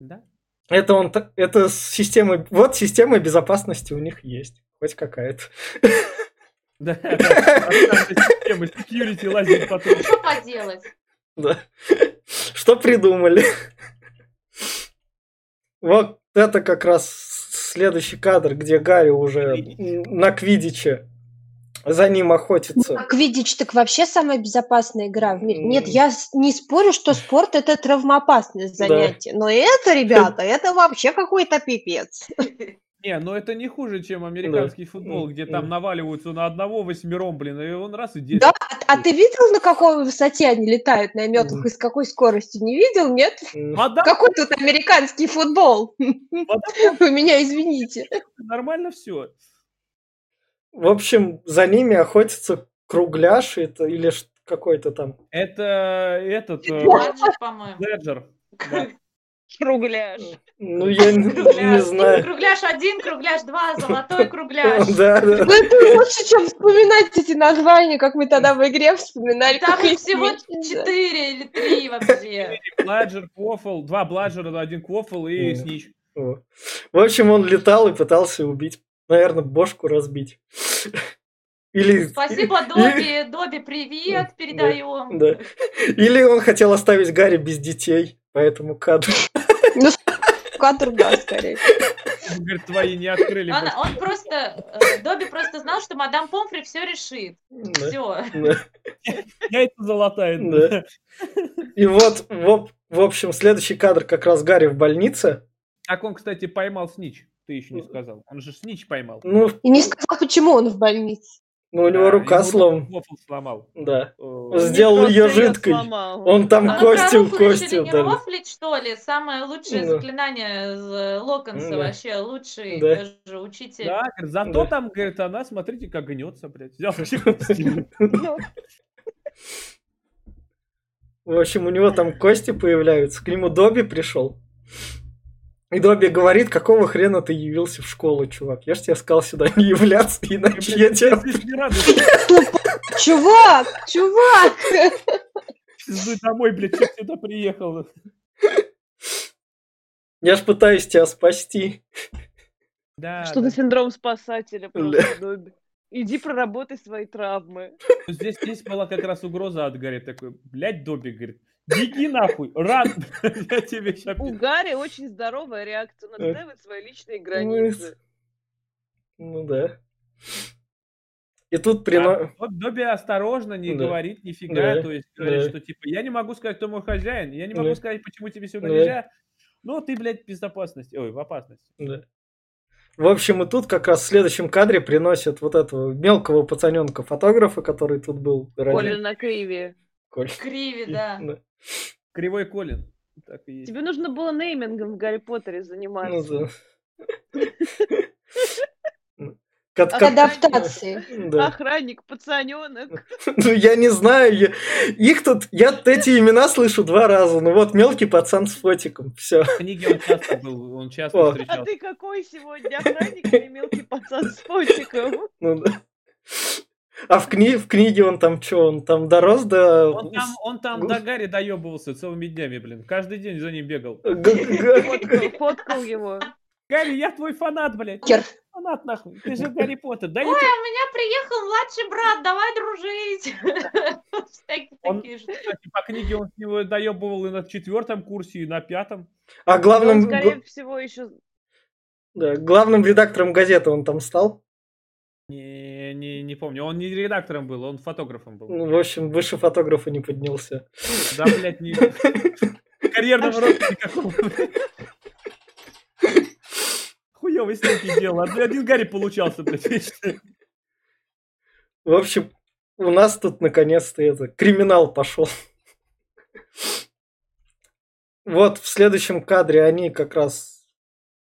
Да? Это он, та- это система, вот система безопасности у них есть, хоть какая-то. Да. Система security лазит по трубам. Что поделать? Да. Что придумали? Вот это как раз следующий кадр, где Гарри уже Квиддич. на Квидиче за ним охотится. Квидич так вообще самая безопасная игра в мире. Нет, я с- не спорю, что спорт это травмоопасное занятие, но это, ребята, это вообще какой-то пипец. Не, но это не хуже, чем американский футбол, где там Мгм. наваливаются на одного восьмером, блин, и он раз и десять. Да, а- а ты видел, на какой высоте они летают на метах и с какой скоростью? Не видел, нет? Вода, Какой тут американский футбол? вода, Вы меня извините. нормально все. В общем, за ними охотится кругляш это, или ш- какой-то там. Это этот э, Ладно, по-моему. Леджер. Да. Кругляш. Ну, я не, не знаю. Кругляш один, кругляш два, золотой кругляш. Да, да. Ну это лучше, чем вспоминать эти названия, как мы тогда в игре вспоминали. Там как их всего лесбички, да. четыре или три вообще. Бладжер, Квофл, два Бладжера, один Квофл и Мгм. Снич. Вот. В общем, он летал и пытался убить. Наверное, бошку разбить. Или, Спасибо, Добби. Добби, привет, передаем. да. или он хотел оставить Гарри без детей, поэтому кадр. Ну, кадр, да, скорее. Он говорит, твои не открыли. Он, больше. он просто, э, Добби просто знал, что мадам Помфри все решит. Да. Все. Яйца золотая. Да. И вот, в, об- в общем, следующий кадр как раз Гарри в больнице. Как он, кстати, поймал Снич. Ты еще не сказал. Он же Снич поймал. Ну, И не сказал, почему он в больнице. ну, у него Да, рука ему сломана. Квофл сломал. Да. Э, Сделал Мне её кажется, я жидкой. сломал. Он там А костью руку в решили кости не ударил. рофлить, что ли? Самое лучшее Да. заклинание из, э, Локонса Да. вообще. Лучший Да. даже учитель. Да, говорит, зато Да. там, говорит, она, смотрите, как гнется, блядь. Взял и пустил. В общем, у него там кости появляются. К нему Добби пришел. И Добби говорит, какого хрена ты явился в школу, чувак? Я же тебе сказал сюда не являться, иначе я тебя... лишний раз блядь, Чувак, чувак! пиздуй домой, блядь, что сюда приехал. Я ж пытаюсь тебя спасти. Да, Что-то да. синдром спасателя просто, Добби. Иди проработай свои травмы. Ну, Здесь, здесь была как раз угроза от Гарри. Такой, блядь, Добби, говорит, беги нахуй, ран, я тебе сейчас... У Гарри очень здоровая реакция. Э. Он отстаивает свои личные Ой. границы. Ну да. И тут прино... Добби осторожно не Да. говорит нифига, Да. то есть говорит, Да. что типа, я не могу сказать, кто мой хозяин, я не Да. могу сказать, почему тебе сюда Да. нельзя, но ты, блядь, в безопасности, ой, в опасности. Да. В общем, и тут как раз в следующем кадре приносят вот этого мелкого пацаненка фотографа, который тут был Коля ранее. на криве. Коль. Криви, да. Да. Кривой Колин. Так и есть. Тебе нужно было неймингом в Гарри Поттере Ну заниматься. да. Кот- А кот- когда- Адаптации. да. Охранник, пацаненок. Ну, я не знаю, я- их тут, я т- эти имена слышу два раза, ну вот мелкий пацан с фотиком, все. В книге он часто был, он часто О. А встречался. ты какой сегодня охранник или мелкий пацан с фотиком? Ну А в, кни- в книге он там что, он там дорос до... Он там, он там до Гарри доебывался целыми днями, блин. Каждый день за ним бегал. г- г- Фоткал, фоткал его. Гарри, я твой фанат, блядь. Покер. Фанат, нахуй. Ты же Гарри Поттер. Да я Ой, тебя- у меня приехал младший брат, давай дружить. Всякие Он- такие же. Кстати, по книге он с него доебывал и на четвертом курсе, и на пятом. А Но Он, главным, Ну, скорее всего, еще... да, главным редактором газеты он там стал. Не, не, не помню. Он не редактором был, он фотографом был. Ну, В общем, выше фотографа не поднялся. Да, блядь, не... Карьерного роста никакого. Хуёвый снимки делал. Один- Один Гарри получался, блядь, вечно. В общем, у нас тут наконец-то это криминал пошел. Вот в следующем кадре они как раз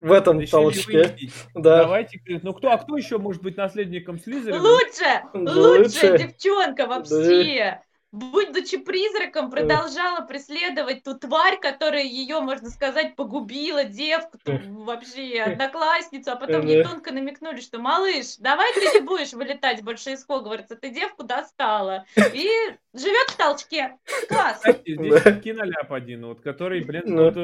в этом Решили толчке. выяснить. Да. Давайте, говорит, ну кто, а кто еще может быть наследником Слизерина? Лучше, Лучше. лучше девчонка вообще. Будучи призраком, продолжала преследовать ту тварь, которая ее, можно сказать, погубила, девку, ту вообще одноклассницу, а потом ей Да. тонко намекнули, что «Малыш, давай ты не будешь вылетать больше из Хогвартса, ты девку достала». И живет в толчке. Класс. Кстати, здесь Да. киноляп один, вот, который, блин, Ну. вот,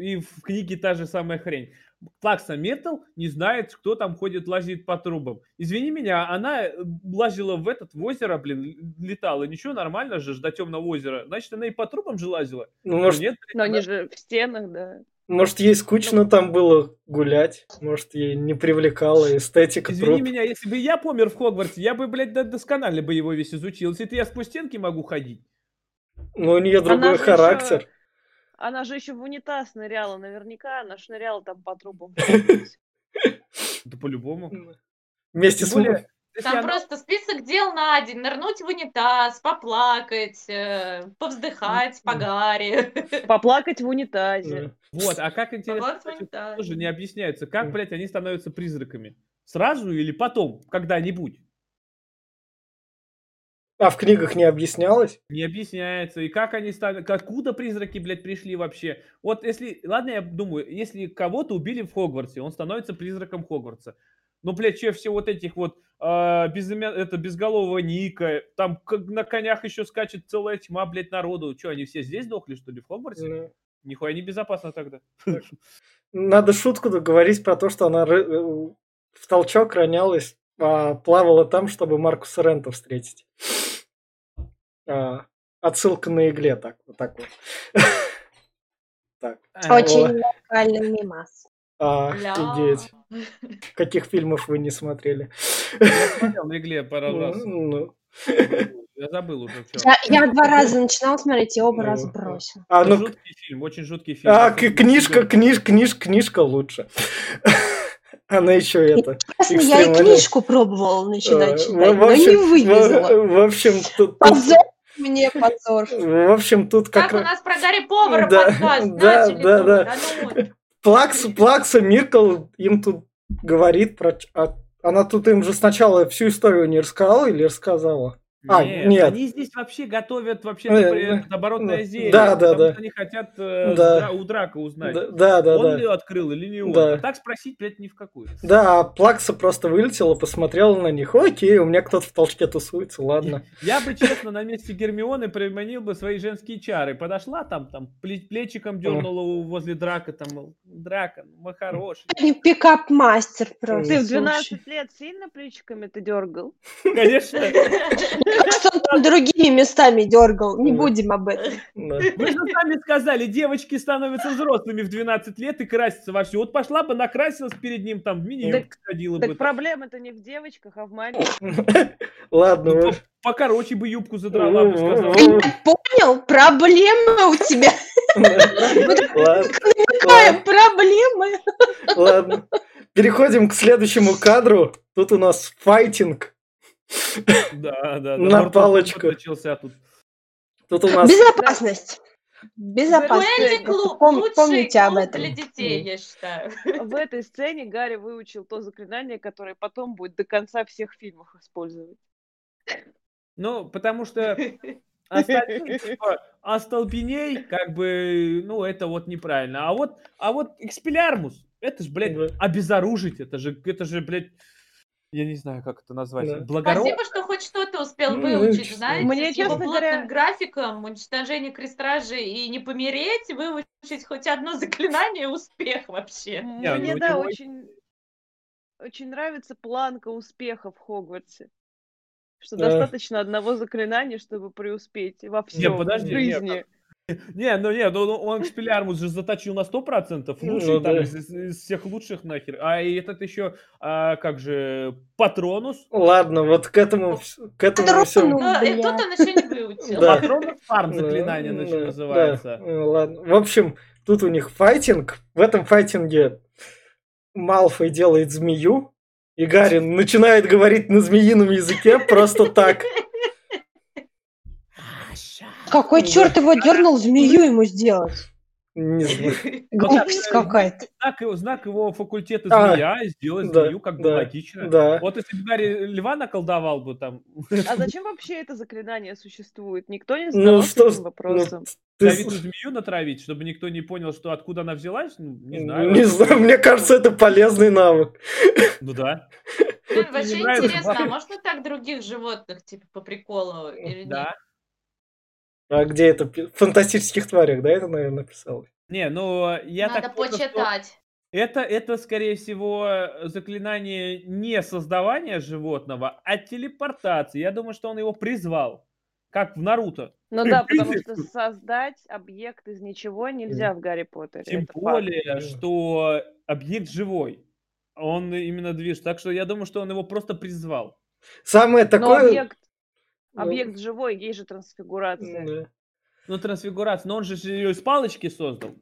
э, и в книге та же самая хрень. Плакса Миртл не знает, кто там ходит, лазит по трубам. Извини меня, она э, лазила в этот в озеро, блин, летала. Ничего, нормально же, ж до темного озера. Значит, она и по трубам же лазила. Ну, может, Нет, Но они же в стенах, да. Может, ей скучно Ну. там было гулять? Может, ей не привлекала эстетика Извини труп? меня, если бы я помер в Хогвартсе, я бы, блядь, до- досконально бы его весь изучил. Если это я сквозь стенки могу ходить. Но Ну, у нее другой же ещё- характер. Она же еще в унитаз ныряла, наверняка она шныряла там по трубам. Да по-любому. Вместе Тем с... более, м- если Там она- просто список дел на день. Нырнуть в унитаз, поплакать, э, повздыхать, погаре. Поплакать в унитазе. Да. Вот, а как интересно, Поплакать в кстати, унитазе. тоже не объясняется, как, блядь, они становятся призраками? Сразу или потом, когда-нибудь? А в книгах не объяснялось? Не объясняется. И как они стали... к- Откуда призраки, блядь, пришли вообще? Вот если... Ладно, я думаю, если кого-то убили в Хогвартсе, он становится призраком Хогвартса. Но, блядь, че все вот этих вот а, безымя- это, безголового Ника, там как на конях еще скачет целая тьма, блядь, народу. Че, они все здесь дохли, что ли, в Хогвартсе? Ну, Нихуя небезопасно тогда. Надо шутку договорить про то, что она ры- э, в толчок ронялась, а плавала там, чтобы Маркуса Рента встретить. А, Отсылка на игле, так вот так вот. Так. Очень локальный мимас. А, Ля. Офигеть. Каких фильмов вы не смотрели? Я смотрел на игле пару раз. Ну, Я забыл уже вчера. Я, я два раза начинала смотреть и оба Ну, раза вот. бросила. А, Это ну, жуткий фильм, очень жуткий фильм. а, Особенно к- книжка, ребенок. книж, книж, книжка лучше. Она еще это. Честно, я и Экстремально. книжку пробовала начинать э, в- читать, но в не общем- вывезла. В в общем, тут... тут- Позор мне, позор. В общем, тут как Как у раз... нас про Гарри Повара Да, подкаст да, начали да, тут, да. да ну. Плакса, Плакса, Миркл им тут говорит про... ч- а- Она тут им же сначала всю историю не рассказала или рассказала? А, нет. Они здесь вообще готовят вообще Э, при- э, это оборотное да, зелье. да, да. потому что Они хотят э, с Да. дра- у драка узнать. Да, да, да. он да. ее открыл или не он? Да. А так спросить, блядь, ни в какую. Да, а Плакса просто вылетела, посмотрела на них. Окей, у меня кто-то в толчке тусуется, ладно. Я бы, честно, на месте Гермионы применил бы свои женские чары. Подошла там, там, пле- плечиком дернула у- возле драка, там, мол, драка, ну, мы хорошие. Пикап-мастер просто. Ты в слушай. 12 лет сильно плечиками ты дергал? Конечно, Мне кажется, он там другими местами дергал. Не Мгм. будем об этом. Да. вы же сами сказали, девочки становятся взрослыми в 12 лет и красятся во все. Вот пошла бы, накрасилась перед ним, там, в мини Так- ходила бы. Так проблема-то не в девочках, а в мальчиках. Ладно, Ну, вы- по- покороче бы юбку задрала бы, сказала. Мгм. Понял? Проблема у тебя. ладно, Какая проблема? ладно. Переходим к следующему кадру. Тут у нас файтинг. Да, да, да. На Mortal Kombat палочку. начался тут. Тут у нас... Безопасность. Безопасность. Лэнди-клуб Пом- лучший Помните об клуб этом. для детей, я считаю. В этой сцене Гарри выучил то заклинание, которое потом будет до конца всех фильмов использовать. Ну, потому что А остальные, типа, остолбеней, как бы, ну, это вот неправильно. А вот, а вот экспелярмус, это же, блядь, Да. обезоружить, это же, это же, блядь, я не знаю, как это назвать. Да. Благородно. Спасибо, что хоть что-то успел Ну, выучить, честно. знаете, Мне, с его честно плотным говоря- графиком, уничтожение крестражи и не помереть, выучить хоть одно заклинание успех вообще. Не, Мне, ну, да, чего- очень, очень нравится планка успеха в Хогвартсе. Что Да. достаточно одного заклинания, чтобы преуспеть во всем подожди, в Э. не, жизни. Не, ну, не, ну, ну, он экспелярмус же заточил на 100%, Ну лучший там да. из, из- из всех лучших нахер. А и этот еще, а, как же, патронус. Ладно, вот к этому, вс- к этому всему. Ну, Но и бля. тут он еще не выучил. Да. Патронус фарм заклинание Да, значит, да, называется. да, ну ладно. В общем, тут у них файтинг. В этом файтинге Малфой делает змею, и Гарин начинает говорить на змеином языке просто так. Какой черт его дернул змею ему сделать? Не знаю. Глупость какая-то. Знак, его- знак его факультета А, змея, и сделать да, змею как бы да, логично. Да. Ну, Вот если бы Гарри Льва наколдовал бы там, А зачем вообще это заклинание существует? Никто не Ну задавался что, этим вопросом. ну, ты Давиду с- змею натравить, чтобы никто не понял, что откуда она взялась, ну, не знаю. не знаю, мне кажется, это полезный навык. Ну да. Блин, Тут мне вообще нравится, интересно, а Марк. можно так других животных, типа, по приколу или нет? Да. А где это? пи- В фантастических тварях, да, это, наверное, писалось? Не, ну я Надо так понял, что почитать. это, это, скорее всего, э, заклинание не создавания животного, а телепортации. Я думаю, что он его призвал, как в Наруто. Ну да, потому что создать объект из ничего нельзя в Гарри Поттере. Тем это факт. более, что объект живой. Он именно движет. Так что я думаю, что он его просто призвал. Самое Но такое... Ну, объект, объект живой, есть же трансфигурация. Да. Ну, трансфигурация. Но он же ее из палочки создал.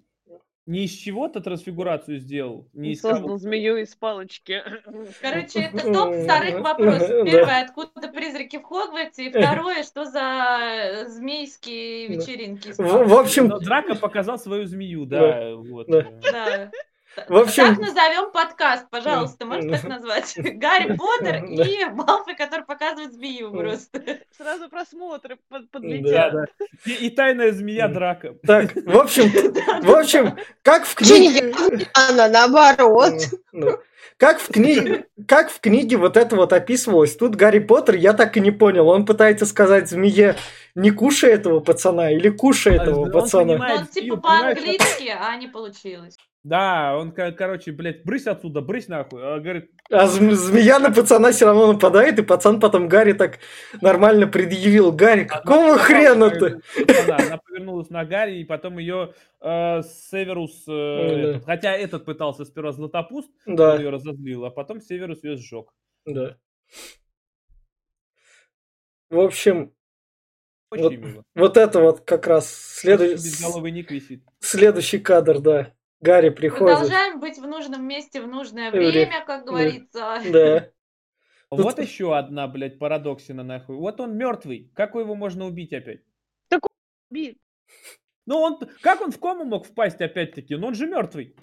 Не из чего-то трансфигурацию сделал. Не Он из кого создал змею из палочки. Короче, это топ вторых вопросов. Да. Первое, откуда призраки в Хогвартсе, и второе, что за змейские Да. вечеринки. из В, в общем, Но Драко показал свою змею, да. Вот. Да. Да. В общем- Так назовем подкаст, пожалуйста, можно так назвать. Гарри Поттер и Малфой, который показывает змею просто. Сразу просмотры под- Да, подлетят. да. И, и тайная змея Мгм. Драко. так, в общем, в общем, как в Вообще не книге... Она наоборот. Ну, Как в, книге, как в книге вот это вот описывалось, тут Гарри Поттер, я так и не понял, он пытается сказать змее, не кушай этого пацана или кушай этого А, Он пацана. Но понимает он типа змею, понимаешь, по-английски, а не получилось. Да, он, ко- короче, блядь, брысь отсюда, брысь нахуй. А говорит, А зм- змея на пацана все равно нападает, и пацан потом Гарри так нормально предъявил. Гарри, А, ну, какого хрена ты? Она, она повернулась на Гарри, и потом ее э, Северус... э, Ну да. этот, хотя этот пытался сперва Златопуст, он Да, ее разозлил, а потом Северус ее сжег. да. В общем, Очень Вот. мило. вот это вот как раз следу- Почти Безголовый ник висит. следующий кадр, да. Гарри приходит. Продолжаем быть в нужном месте в нужное Время. время, как говорится. Да. Тут- Вот еще одна, блядь, парадоксина нахуй. Вот он мертвый. Как его можно убить опять? Би- Ну он, как он в кому мог впасть опять-таки? Ну он же мертвый.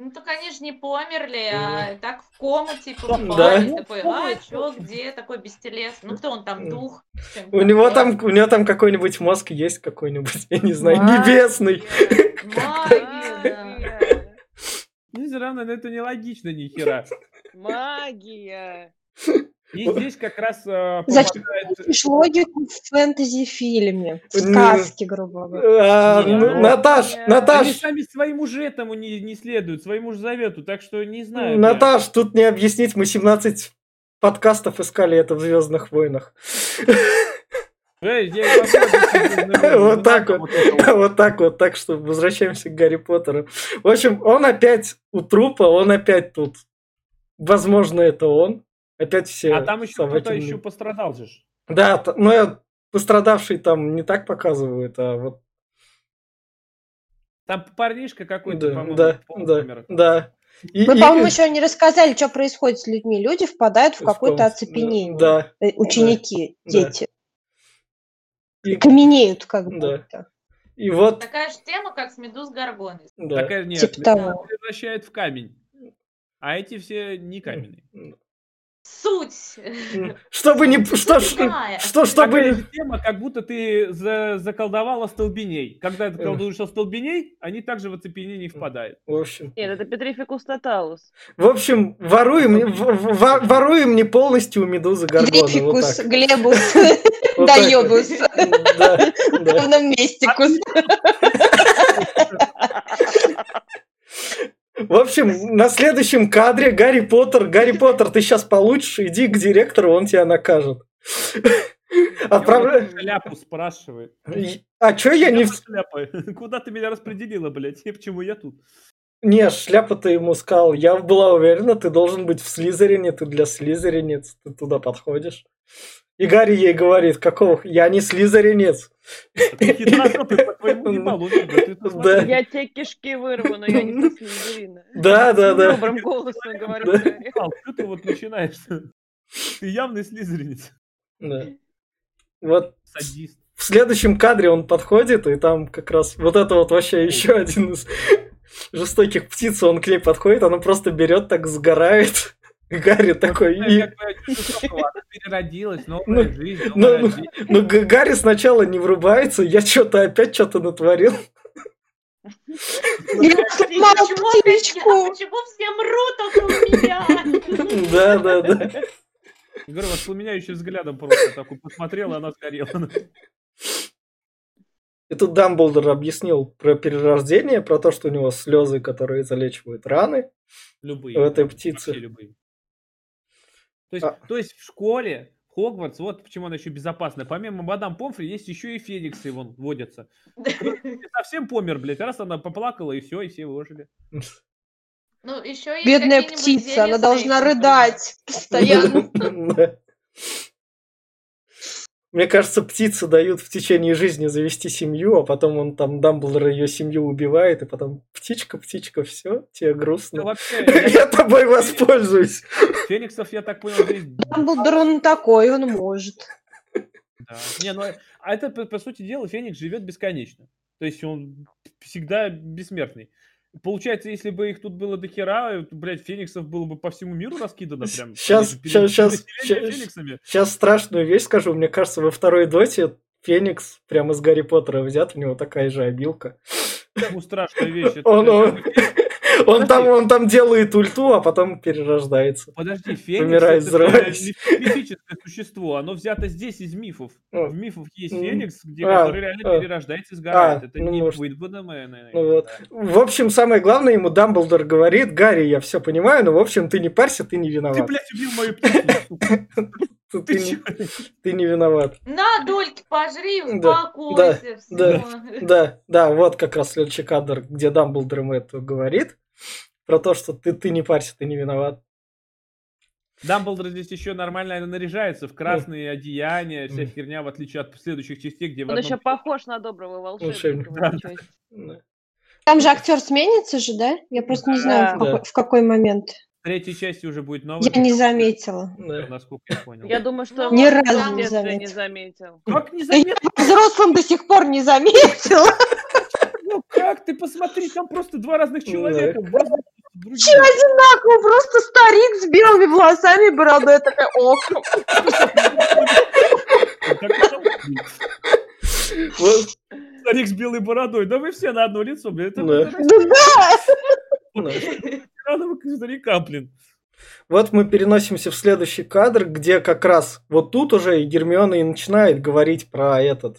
Ну, так они же не Э, померли, а так в кому, типа, Да. попали. Да. Такой, а, чё, где, такой бестелесный. Ну, кто он там, дух? С чем-то Э, У него там, у связан? него там какой-нибудь мозг есть какой-нибудь, я не знаю, Мать. небесный. Магия, да. Магия. Ну все равно, но это нелогично ни хера. Магия. И здесь как раз э, Зачем? помогает- Ищешь логику в фэнтези-фильме, в Ну. сказке, грубо говоря. А, Не, ну, ну, Наташ, я- Они Наташ, сами своему же этому не, не следуют, своему же завету, так что не знаю. блядь. Ну, Наташ, тут не объяснить, мы 17 подкастов искали это в Звездных войнах. Эй, я и попробую, если бы знаю, Вот ну, так надо вот. это вот. Вот так вот, так что возвращаемся к Гарри Поттеру. В общем, он опять у трупа, он опять тут. Возможно, это он. Опять все. А там еще собаки кто-то мли- еще пострадал же. ж. Да, т- но я- пострадавший там не так показывают, а вот Там парнишка какой-то, да, по-моему, да, помер. да, да. И- Вы, и- по-моему, еще не рассказали, что происходит с людьми. Люди впадают в какое-то полностью, оцепенение. Да, Э, Ученики, Да. дети. И- Каменеют как Да. будто. и вот, Такая же тема, как с Медуз Гаргоной. да. Такая нет, Типа меня того. превращает в камень. А эти все не каменные. Суть. Чтобы не, что, Другая. А ж- что, Такая чтобы, же тема, как будто ты за- заколдовала столбеней. Когда ты Э. колдуешь столбеней, они также в оцепенение впадают. в общем, Нет, это Петрификус Тоталус. в общем, воруем, не- в- в- во- воруем не полностью у медузы Горгона, вот Грификус, так. Глебус, Вот так вот. Даёбус. Да, В да. равном месте кус. В общем, на следующем кадре Гарри Поттер. Гарри Поттер, ты сейчас получишь, иди к директору, он тебя накажет. Я Отправля- вот шляпу спрашивает. А чё я не... Я в- под шляпой. Куда ты меня распределила, блядь? И почему я тут? Не, шляпа ты ему сказал. Я была уверена, ты должен быть в Слизерине, ты для Слизеринец, ты туда подходишь. И Гарри ей говорит, какого... х- Я не Слизеринец. А Ты хитрожопый, по-твоему, не получишь. Да ты посмотри. Да. Я тебе кишки вырву, но я не Слизерина. Да, да, да. Добрым голосом говорю. Да. Гарри. Ал, Что ты вот начинаешь? Ты явный слизеринец. Да. Вот Садист. в следующем кадре он подходит, и там как раз вот это вот вообще еще один из жестоких птиц, он к ней подходит, она просто берет, так сгорает. Гарри такой... Я и- как бы чувствовал, она переродилась, Ну, новая жизнь, Ну, новая ну, жизнь. ну, Г- Гарри сначала не врубается, я что-то опять что-то натворил. Блин, Мало почему а опять я? птичку. Почему все мрут около меня? Да, да, да. Я Говорю, воспламеняющим взглядом просто такой посмотрела, она сгорела. И тут Дамблдор объяснил про перерождение, про то, что у него слезы, которые залечивают раны. Любые. У этой вообще птицы. любые. То есть, А. то есть в школе Хогвартс, вот почему она еще безопасна. Помимо мадам Помфри есть еще и фениксы вон водятся. И совсем помер, блядь. Раз она поплакала, и все, и все выжили. Ну, еще есть Бедная какие-нибудь птица, зелья она с должна рейками. рыдать постоянно. Да. Мне кажется, птицы дают в течение жизни завести семью, а потом он там Дамблдор ее семью убивает, и потом птичка, птичка, все, тебе Ну, грустно. вообще, я- Я тобой воспользуюсь. фениксов, я так понял, здесь... Дамблдор он такой, он может. да. Не, ну, а это, по, по сути дела, феникс живет бесконечно. То есть он всегда бессмертный. Получается, если бы их тут было до хера, то, блядь, фениксов было бы по всему миру раскидано прям. Щас- Пере- щас- щас- переселение щас- фениксами. Сейчас страшную вещь скажу. Мне кажется, во второй доте Феникс прямо из Гарри Поттера взят, у него такая же обилка. Ну, страшная вещь. это, Он, блядь, он, он там, он там делает ульту, а потом перерождается. Подожди, Феникс Помирай, это же взрывайся. миф- мифическое существо, оно взято здесь из мифов. Ну, В мифах есть м, Феникс, где а, который реально а. перерождается и сгорает. А, Это ну, не может. Уитбена Мэна. Ну вот. В общем, самое главное, ему Дамблдор говорит, Гарри, я все понимаю, но в общем, ты не парься, ты не Ты, виноват. блядь, убил мою птицу, сука. Ты, Ты ты не, чё? ты не виноват. На, дольки, пожри, Да, успокойся. всё. Ну, да. Да, да, вот как раз следующий кадр, где Дамблдор ему это говорит. Про то, что ты, ты не парься, ты не виноват. Дамблдор здесь еще нормально наряжается в красные одеяния, вся Ну. М. херня, в отличие от следующих частей, где в Он еще одном... похож на доброго Волшебника, волшебника. в этой части. Да. Там же актер сменится же, да? Я просто не знаю, в Да. какой- в какой момент. третьей части уже будет новый. Я не заметила. Да. Насколько я понял. Я думаю, что Ну, Ни он разу в не детстве заметил. не заметил. Как не Да я заметил? взрослым до сих пор не заметила. Ну как ты посмотри, там просто два разных Ну Да. человека. возраст другие. Че одинаково, ну, просто старик с белыми волосами, бородой Я такая, А ок. Как потом- Вот, Старик с белой бородой. Да вы все на одно лицо, блин. Это Да. это Да да! да. странного как старика, блин. Вот мы переносимся в следующий кадр, где как раз вот тут уже и Гермиона и начинает говорить про этот.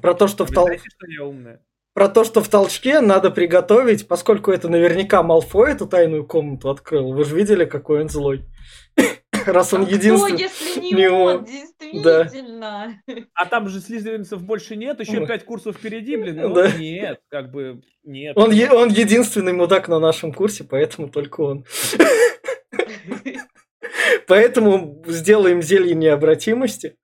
Про то, что в, Вы тол- знаете, что я умная? про то, что в толчке надо приготовить, поскольку это наверняка Малфой эту тайную комнату открыл. Вы же видели, какой он злой. Раз он А кто, единственный. если не не он? он, действительно? А там же слизеринцев больше нет, еще Ой. пять курсов впереди, блин. Ну, Да. Нет, как бы нет. Он, е- он единственный мудак на нашем курсе, поэтому только он. Поэтому сделаем зелье необратимости.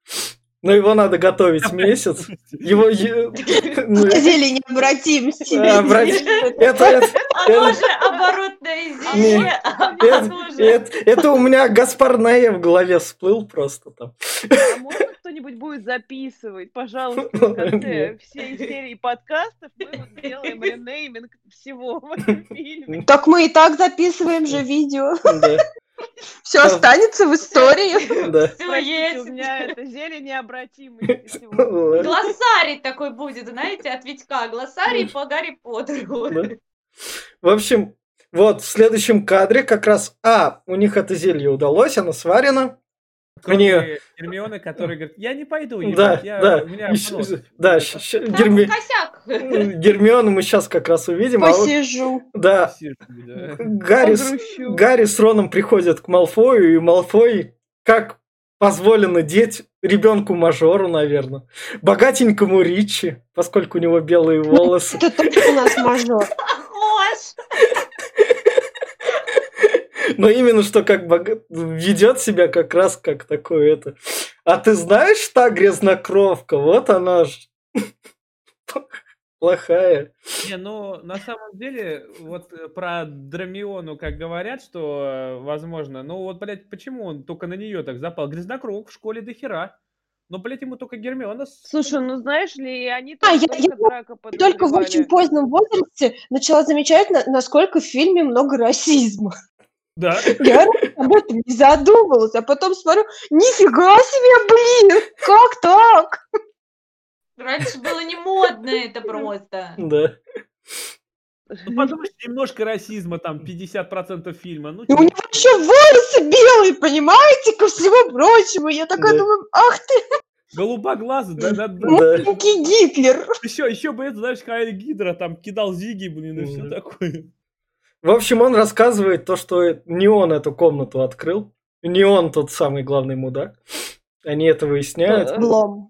Но его надо готовить месяц. Его... е- ну, Зелень необратимость. А, брат- это- это, Оно же А оборотное Не, зелье. А оно Это, же. это- это у меня Гаспар Ноэ в голове всплыл просто там. А можно кто-нибудь будет записывать, пожалуйста, в конце Нет. всей серии подкастов мы вот сделаем ренейминг всего в этом фильме. Так мы и так записываем же видео. Да, Все останется в истории. да. Ну, Всё Простите, у есть. меня это зелень необратимости сегодня. Да. Глоссарий такой будет, знаете, от Витька. Глоссарий по Гарри Поттеру. Да. В общем, вот в следующем кадре как раз... А, у них это зелье удалось, оно сварено. Кроме Гермионы, который говорит, я не пойду, Да, ебать, я- да. у меня Ещё- понос». Да, щ- щ- Там Герми- косяк. Гермиону мы сейчас как раз увидим. а вот- Посижу. Да, Сижу, да. Гарри с, Погрущу. Гарри с Роном приходят к Малфою, и Малфой, как позволено деть ребенку-мажору, наверное, богатенькому Ричи, поскольку у него белые волосы. Это только у нас мажор. Похож. Но именно что как бога- ведет себя как раз как такое это. А ты знаешь, та грязнокровка, вот она ж плохая. Не, ну, на самом деле, вот э, про Драмиону, как говорят, что, э, возможно, ну вот, блядь, почему он только на нее так запал? Грязнокровок в школе до хера. Но, блядь, ему только Гермиона... с- Слушай, ну знаешь ли, и они А, тоже я- я только драка И Только в очень подозревали. позднем возрасте начала замечать, на- насколько в фильме много расизма. Да. Я раньше об этом не задумывалась, а потом смотрю, нифига себе, блин, как так? Раньше было не модно это просто. Да. Ну, подумаешь, немножко расизма, там, 50% фильма. Ну, И у чё? него еще волосы белые, понимаете, ко всему прочему. Я такая Да. думаю, ах ты, голубоглазый, да, да, да. Да. маленький Гитлер. Еще, еще бы это, знаешь, Каэль Гидра там кидал Зиги, блин, и все Мгм. такое. В общем, он рассказывает то, что не он эту комнату открыл. Не он тот самый главный мудак. Они это выясняют. Блом.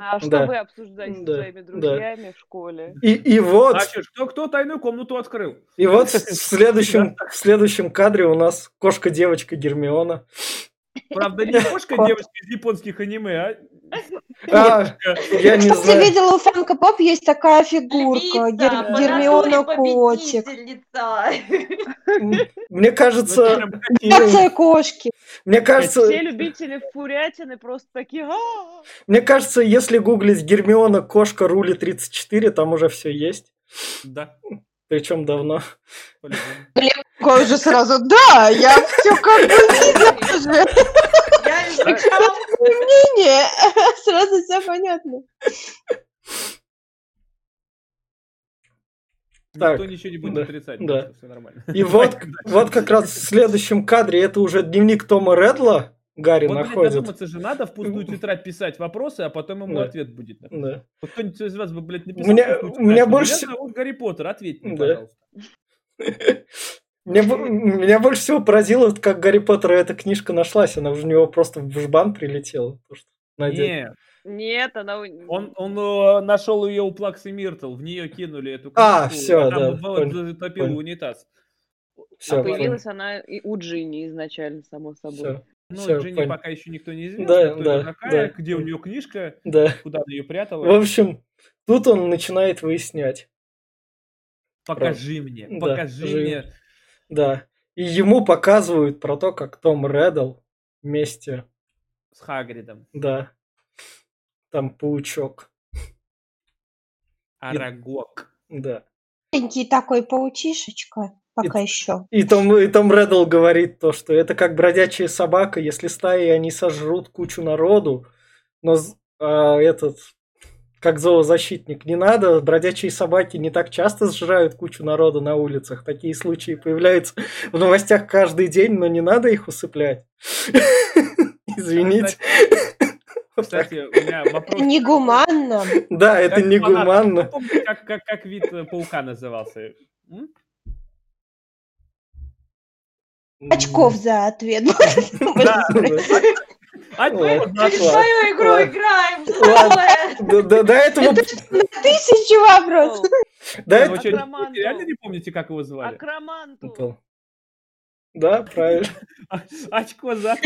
А что Да. вы обсуждаете Да, с своими да. друзьями в школе? И, и вот, Значит, кто, А кто тайную комнату открыл? и вот в следующем, в следующем кадре у нас кошка-девочка Гермиона. Правда, не кошка Кот. девочка из японских аниме, А, а я не Чтоб ты знаю. видела, у Франка Поп есть такая фигурка. Львица, Гер- по Гермиона натуре котик. победительница. М, Мне кажется, Ну, и- Реакция кошки. мне кажется, Все любители фурятины просто такие... «А-а-а!» мне кажется, если гуглить Гермиона кошка рули 34, там уже все есть. Да, Причем давно. по-любому. Такой уже сразу, да, я все как бы видела уже. Я изучал. мнение. Сразу все понятно. Так, Никто ничего не будет да, отрицать, да. все нормально. И вот, вот как раз в следующем кадре это уже дневник Тома Редла Гарри Вот, блядь, находит. задуматься же надо, в пустую тетрадь писать вопросы, а потом ему Да. ответ будет. нахуй. Да. Вот кто-нибудь из вас бы, блядь, написал Мне- в пустую у тетрадь, меня что больше «Меня зовут Гарри Поттер, ответь мне, Да. пожалуйста. Меня, бо- меня больше всего поразило, вот как Гарри Поттера эта книжка нашлась. Она в него просто в жбан прилетела. потому что надето- Не, а Нет, она... у- а он, он э, нашел ее у Плаксы Миртл, в нее кинули эту А, книжку, всё, там да, Белла понял, затопила понял. унитаз. Всё, а появилась она и у Джинни изначально, само собой. всё, Но Всё, Джинни понял. пока еще никто не известно, Да, кто да, это такая, да. где у нее книжка, да. куда она ее прятала. В общем, тут он начинает выяснять. Покажи мне, Да, покажи покажи. мне. Да. И ему показывают про то, как Том Реддл вместе, С Хагридом. да, там паучок, Арагог. да. Маленький такой паучишечка пока еще. И Том, и Том Реддл говорит то, что это как бродячая собака, если стаи, они сожрут кучу народу, но з- а, этот, как зоозащитник, не надо, бродячие собаки не так часто сжирают кучу народу на улицах, такие случаи появляются в новостях каждый день, но не надо их усыплять. Извините. Вот так. Кстати, у меня вопрос. Негуманно. Да, это Как не фанат, гуманно. вы помните, Как, как, как вид э, паука назывался? М? Очков за ответ. Да. А, Ладно. ну, Через Ладно. свою игру Ладно. играем. Ладно. До- До до этого Тысячи вопросов. до вы этого- чё, Акроманту. реально не помните, как его А звали? Акроманту. Пол. Да, правильно. А- Очко за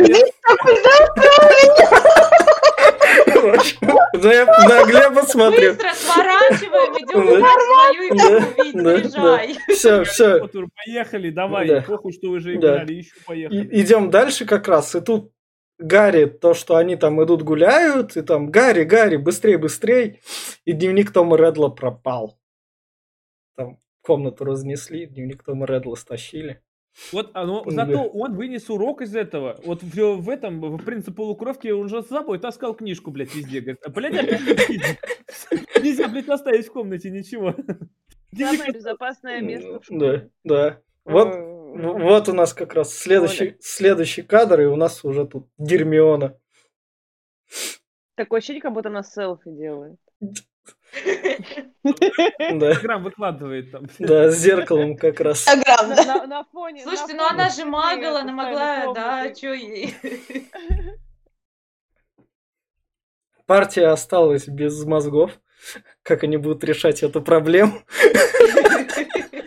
Да я на Глеба смотрю. Быстро сворачиваем, идем Да. играть свою Да, игру, да, Вить, приезжай. Все, все. Поттер, поехали, давай, Да. похуй, что вы же Да. играли, еще поехали. Идем дальше как раз. И тут Гарри, то, что они там идут гуляют, и там Гарри, Гарри, быстрей, быстрей. И дневник Тома Редла пропал. Там комнату разнесли, дневник Тома Редла стащили. Вот, а, но Да. зато он вынес урок из этого. Вот в, в этом, в принципе, полукровке он же с собой таскал книжку, блядь, везде. Говорит, «А, блядь, опять не вижу». Нельзя, блядь, оставить в комнате ничего. Самое безопасное место в Да, школе. да. Вот ну, Э, В- Вот у нас как раз следующий, следующий кадр, и у нас уже тут Гермиона. Такое ощущение, как будто она селфи делает. Да, Инстаграм выкладывает там. да, с зеркалом как раз. Инстаграм, На, да. на- на фоне... на Слушайте, ну фоне она же всей магл, этой она тайной могла, да, комнаты. чё ей. Партия осталась без мозгов. Как они будут решать эту проблему? А,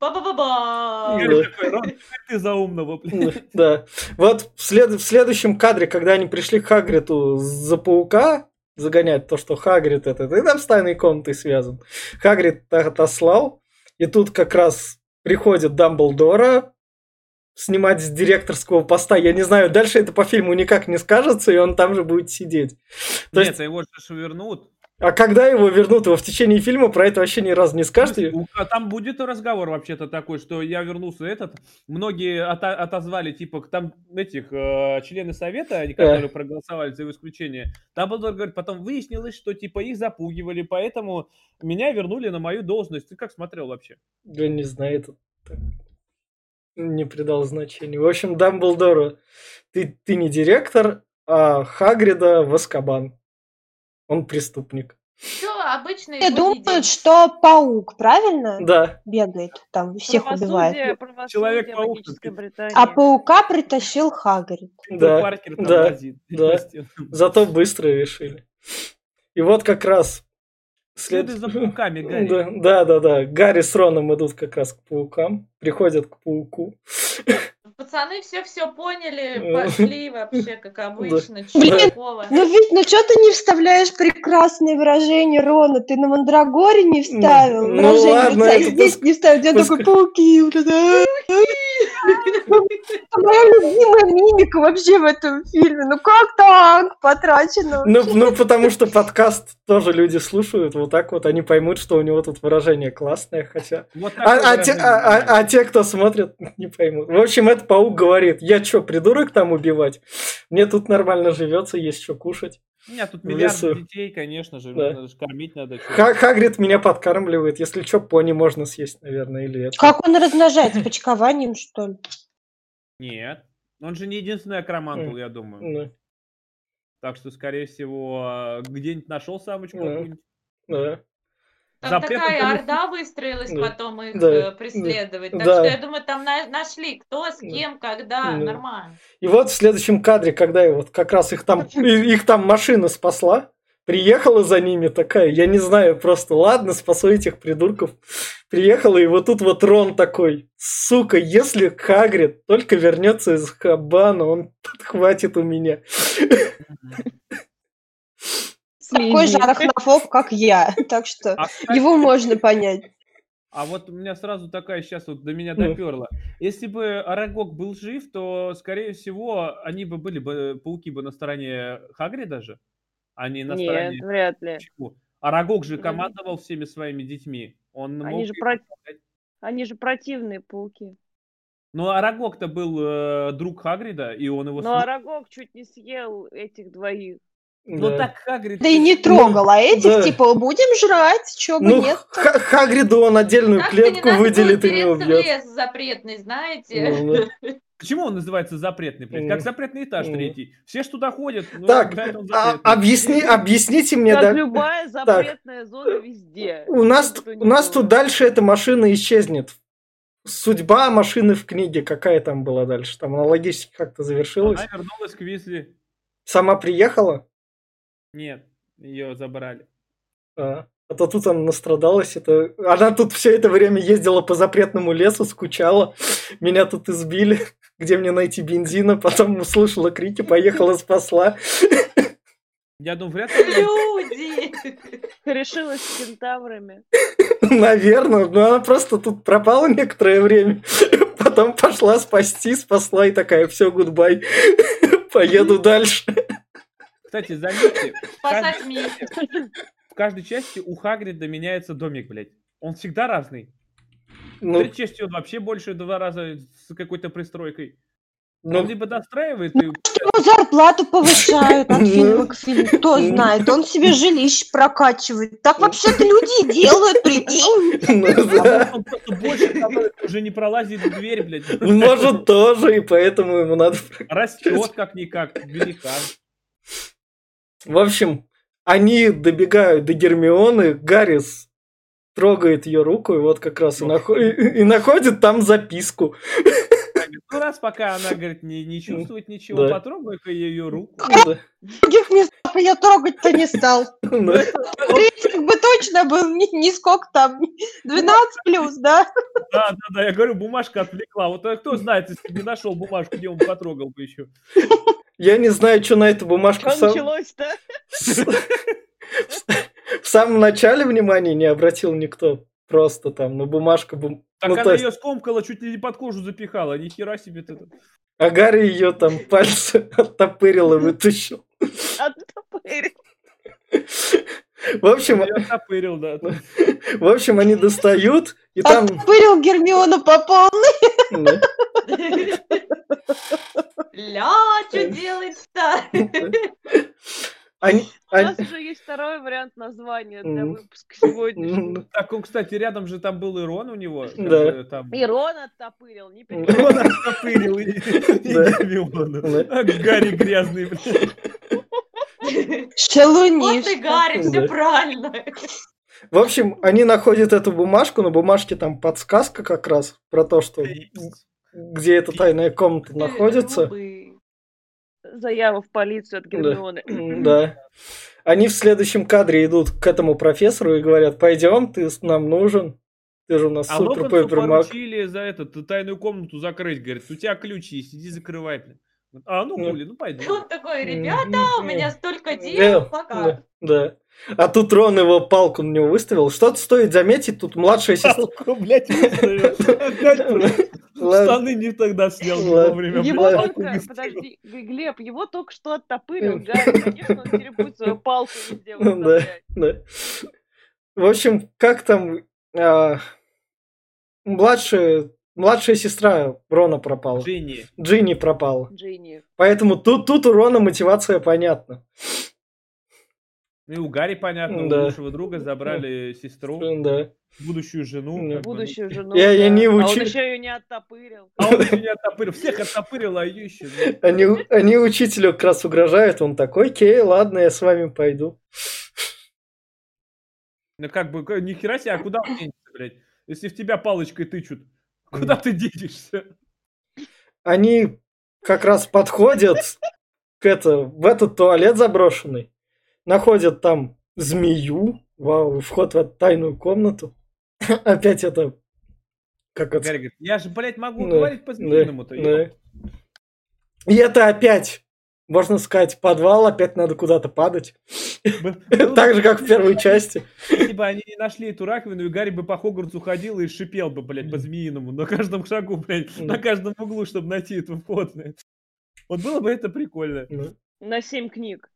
Ба-ба-ба-ба. Игорь такой, «Рон, теперь ты за умного, блядь. Ну, Да. Вот в, след- в следующем кадре, когда они пришли к Хагриту за паука загонять то, что Хагрид этот, и там с тайной комнатой связан. Хагрид та- отослал, и тут как раз приходит Дамблдора снимать с директорского поста. Я не знаю, дальше это по фильму никак не скажется, и он там же будет сидеть. То Нет, есть, а его же вернут. а когда его вернут, его в течение фильма про это вообще ни разу не скажут. и- У- а Там будет разговор вообще-то такой, что я вернулся этот. Многие ота- отозвали, типа, к- там этих э, члены совета, они, которые проголосовали за его исключение. Дамблдор говорит, потом выяснилось, что типа их запугивали, поэтому меня вернули на мою должность. Ты как смотрел вообще? Да не знаю, это так не придал значения. В общем, Дамблдору, ты, ты не директор, а Хагрида в Азкабан. Он преступник. Всё, обычно Все его думают, едят. что паук, правильно? Да. Бегает там, всех убивает. правосудие Человек-паук магической всё-таки. Британии. А паука притащил Хагрид. Да, Паркер там да, лазит. типа, да. Зато быстро решили. И вот как раз след... Следы за пауками, Гарри. Да, да, да, да. Гарри с Роном идут как раз к паукам, приходят к пауку. Пацаны все-все поняли, Э. пошли вообще, как обычно, чё Блин. такого. Ну, ведь, ну что ты не вставляешь прекрасное выражение Рона? Ты на Мандрагоре не вставил Ну, выражение ладно, лица, и это здесь не вставил. Я пускай- такой, пауки. вот это, а, а». Это моя любимая мимика вообще в этом фильме. Ну как так? Потрачено. Ну, ну, потому что подкаст тоже люди слушают вот так вот, они поймут, что у него тут выражение классное, хотя... Вот так вот А, а те, разные а- люди. а- а те, кто смотрит, не поймут. В общем, этот паук говорит, я чё, придурок там убивать? Мне тут нормально живется, есть что кушать. У меня тут в миллиард лесу. детей, конечно же. Да. Надо же кормить надо. Ха- Хагрид меня подкармливает, если чё, пони можно съесть, наверное, или это. Как он размножается? Почкованием, что ли? Нет. Он же не единственный акромантул, я думаю. Ну, Так что, скорее всего, э, где-нибудь нашел самочку Да. какую-нибудь. да. Там Запретом такая конечно. орда выстроилась Да. потом их Да. э, преследовать. Так Да. что я думаю, там на- нашли, кто, с Да. кем, когда, Да. нормально. И вот в следующем кадре, когда я вот как раз их там, и- их там машина спасла, приехала за ними такая, я не знаю, просто ладно, спасу этих придурков. Приехала, и вот тут вот Рон такой, сука, если Хагрид только вернется из Хабана, он подхватит у меня. Такой же Слизни. арахнофоб, как я. Так что А, кстати, его можно понять. а вот у меня сразу такая сейчас вот до меня Ну. доперла. Если бы Арагог был жив, то, скорее всего, они бы были бы, пауки бы на стороне Хагри даже, а не на стороне Нет, вряд ли. Чего? Арагог же Мгм. командовал всеми своими детьми. Он Они мог же их про- сказать. Они же противные пауки. Ну, Арагог-то был э, друг Хагрида, и он его... Но слушал. Арагог чуть не съел этих двоих. Ну, Да. так Хагрид... Да и не трогал, а этих Ну, да. типа будем жрать, чего бы Ну, нет. Ха- Хагриду он отдельную Как-то не клетку надо выделит и не было тереться в убьет. лес запретный, знаете. Ну, да. Почему он называется запретный, блядь? Как Мгм. запретный этаж Мгм. третий. Все ж туда ходят, ну, Так, блядь, он а- запретный. объясни, объясните мне... Как да- любая запретная зона везде. У нас, Что бы то ни у нас было. тут дальше эта машина исчезнет. Судьба машины в книге какая там была дальше? Там она логически как-то завершилась. Она вернулась к Визли. Сама приехала, Нет, ее забрали. а, а то тут она настрадалась. Это... Она тут все это время ездила по запретному лесу, скучала. Меня тут избили. Где мне найти бензина? Потом услышала крики, поехала, спасла. Я думаю, вряд ли... она- Люди! Решилась с кентаврами. Наверное, но она просто тут пропала некоторое время. Потом пошла спасти, спасла и такая, все, гудбай. Поеду дальше. Кстати, заметьте, в Спасать каждой, мир. в каждой части у Хагрида меняется домик, блядь. Он всегда разный. В Ну, третьей части он вообще больше два раза с какой-то пристройкой. ну, Он либо достраивает и... Ему зарплату повышают от Ну. фильма к фильму, кто знает, он себе жилище прокачивает. Так вообще-то люди и делают, прикинь. ну, да. А он просто больше становится, уже не пролазит в дверь, блядь. Может, тоже, и поэтому ему надо... Растет как-никак, великан. В общем, они добегают до Гермионы, Гаррис трогает ее руку, и вот как раз и, нахо- и- и находит там записку. Ну, раз пока она, говорит, не, не чувствует ничего, Да. потрогай-ка ее руку. Да. Других местах я трогать-то не стал. Ну, Рейтинг бы точно был не, не сколько там, 12 плюс, да? Да, да, да, я говорю, бумажка отвлекла. Вот а кто знает, если бы не нашел бумажку, где он потрогал бы еще. Я не знаю, что на эту бумажку... Что в сам- началось-то? В самом начале внимания не обратил никто. Просто там, ну, бумажка... бум- Так ну, то она есть, ее скомкала, чуть ли не под кожу запихала. Ни хера себе ты. тут. А Гарри ее там пальцы оттопырил и вытащил. Оттопырил. В общем, Я топырил, да. в общем, они достают, и там... ну, Отпырил Гермиону по полной. да. Ля, что делать-то? Они, У они- нас уже есть второй вариант названия для Мгм. выпуска ну, сегодняшнего. М, Так, он, кстати, рядом же там был Ирон у него. как Да. бы Там... И Рон оттопырил, не М. переживай. Он оттопырил и- и Да. ну. Гермиону. Да. А Гарри грязный, блин. Вот и Шелунишка. Гарри, все Да. правильно. В общем, они находят эту бумажку, на бумажке там подсказка как раз про то, что Э, где эта тайная Э, комната Ну, находится. Рубы. Заява в полицию от Гермионы. ну, М, Да. Они в следующем кадре идут к этому профессору и говорят, пойдем, ты с- нам нужен, ты же у нас А супер Локонсу пупер маг. поручили за это т- тайную комнату закрыть. Говорит, у тебя ключ есть, иди закрывай. блин». А, ну, Ну. хули, ну пойду. И Он такой, ребята, у меня Да, столько дел, пока. Э, Да, м-м. да. А тут Рон его палку на него выставил. Что-то стоит заметить, тут младшая сестра... Палку, блядь, выставил. Опять Ладно. Штаны не тогда снял не Ладно. вовремя. Его блядь, только, подожди, Г- Глеб, его только что оттопырил Гарри. Конечно, он теребует свою палку везде. Ну да. выставляет. Да. В общем, как там а, младшая, младшая сестра Рона пропала. Джинни. Джинни пропала. Джинни. Поэтому тут, тут у Рона мотивация понятна. Ну и у Гарри, понятно, у Да. лучшего друга забрали сестру, Да. будущую жену. Ну. как бы, ну, Будущую жену. Я- я да. не А учи- он еще ее не оттопырил. А он еще не оттопырил. Всех оттопырил, а ее еще. нет. Они, у- они учителю как раз угрожают. Он такой, окей, ладно, я с вами пойду. Ну как бы, ни хера себе, а куда он денется, блядь? Если в тебя палочкой тычут, куда ты денешься? Они как раз подходят к это, в этот туалет заброшенный. Находят там змею. Вау, вход в эту тайную комнату. Опять это... Как это Гарри говорит, я же, блядь, могу Да, говорить по да, змеиному-то. да. ёпта». Ну И это опять, можно сказать, подвал, опять надо куда-то падать. Б- было Так же, бы как в первой части. Если бы они не нашли эту раковину, и Гарри бы по Хогвартсу ходил и шипел бы, блядь, по-змеиному. На каждом шагу, блядь, Да. на каждом углу, чтобы найти эту вход. блядь. Вот было бы это прикольно. Да. На семь книг.